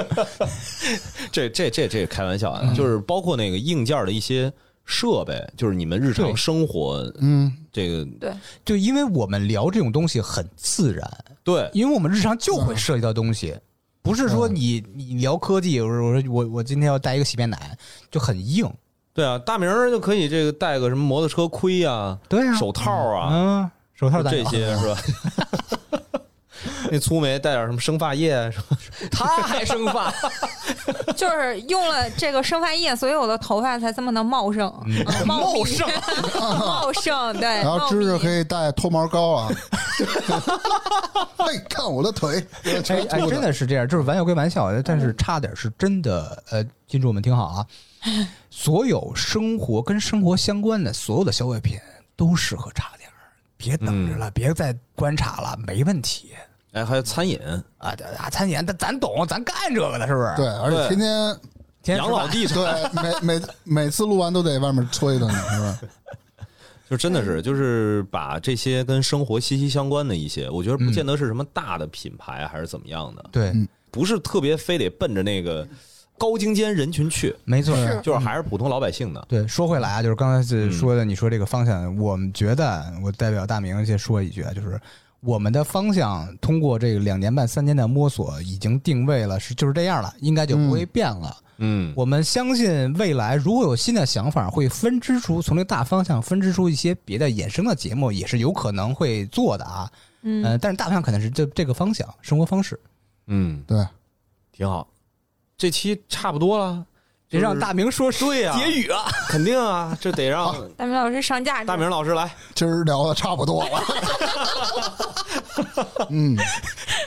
Speaker 1: 这这这这开玩笑
Speaker 3: 嗯
Speaker 1: 啊，就是包括那个硬件的一些设备，就是你们日常
Speaker 3: 对
Speaker 1: 生活
Speaker 2: 嗯，
Speaker 1: 这个
Speaker 4: 对，
Speaker 3: 就因为我们聊这种东西很自然，
Speaker 1: 对
Speaker 3: 因为我们日常就会涉及到东西，不是说你你聊科技，我说我说我我今天要带一个洗面奶，就很硬。
Speaker 1: 对啊，大明儿就可以这个带个什么摩托车盔啊，
Speaker 3: 对啊，
Speaker 1: 手套啊，
Speaker 3: 嗯，手套
Speaker 1: 就
Speaker 3: 戴
Speaker 1: 这些是吧？ 那粗眉带点什么生发液啊什 么？
Speaker 3: 他还生发，
Speaker 4: 就是用了这个生发液，所以我的头发才这么的茂盛，嗯茂密 茂盛，对，
Speaker 2: 嗯然后
Speaker 4: 茂
Speaker 2: 芝
Speaker 4: 密
Speaker 2: 芝可以带脱毛膏啊。 嘿，看我的腿， 我嗯的
Speaker 3: 哎
Speaker 2: 腿
Speaker 3: 哎，
Speaker 2: 秃
Speaker 3: 真
Speaker 2: 的
Speaker 3: 的是这样，就是玩笑归玩笑，但是差点是真的。呃，金主我们听好 啊，所有生活跟生活相关的所有的消费品都适合差点儿，别等
Speaker 2: 嗯
Speaker 3: 着了，别再观察了，没问题
Speaker 1: 哎，还有餐饮、
Speaker 3: 啊。啊，餐饮，咱咱懂，咱干这个的，是不是？
Speaker 2: 对，，而且天天
Speaker 3: 天天
Speaker 1: 养
Speaker 3: 吃
Speaker 1: 老
Speaker 3: 饭。
Speaker 1: 地产，
Speaker 2: 对每每每次录完都得外面搓一顿，是吧？
Speaker 1: 就真的是就是把这些跟生活息息相关的一些，我觉得不见得是什么大的品牌啊还是怎么样的，
Speaker 3: 对，
Speaker 2: 嗯
Speaker 1: 不是特别非得奔着那个高精尖人群去，
Speaker 3: 没错。
Speaker 2: 是
Speaker 1: 就是还是普通老百姓的。
Speaker 3: 对，说回来啊，就是刚才
Speaker 1: 嗯
Speaker 3: 是说的，你说这个方向，我们觉得，啊我代表大明先说一句啊，就是我们的方向通过这个两年半、三年的摸索，已经定位了，是就是这样了，应该就不会变了。
Speaker 1: 嗯，
Speaker 3: 我们相信未来如果有新的想法，会分支出从这个大方向分支出一些别的衍生的节目，也是有可能会做的啊。
Speaker 4: 嗯
Speaker 3: 呃但是大方向可能是这这个方向，生活方式，
Speaker 1: 嗯，
Speaker 2: 对，
Speaker 1: 挺好。这期差不多了，
Speaker 3: 得让
Speaker 1: 就是
Speaker 3: 大明说
Speaker 1: 对呀
Speaker 3: 结语啊。
Speaker 1: 肯定啊，这得 让
Speaker 4: 大明老师上架，
Speaker 1: 大明老师来。
Speaker 2: 今儿聊的差不多了。 嗯，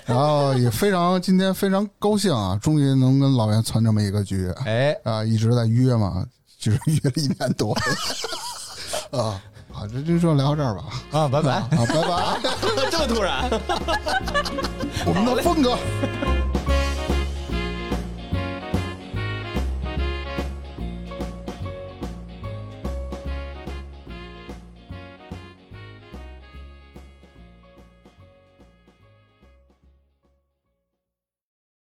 Speaker 2: 然后也非常今天非常高兴啊，终于能跟老袁攒这么一个局
Speaker 3: 哎，
Speaker 2: 啊，一直在约嘛，就是约了一年多 啊。好，这就就聊到这儿吧。
Speaker 3: 啊，拜拜。
Speaker 2: 啊，拜拜，
Speaker 1: 这么突然。
Speaker 2: 我们的峰哥。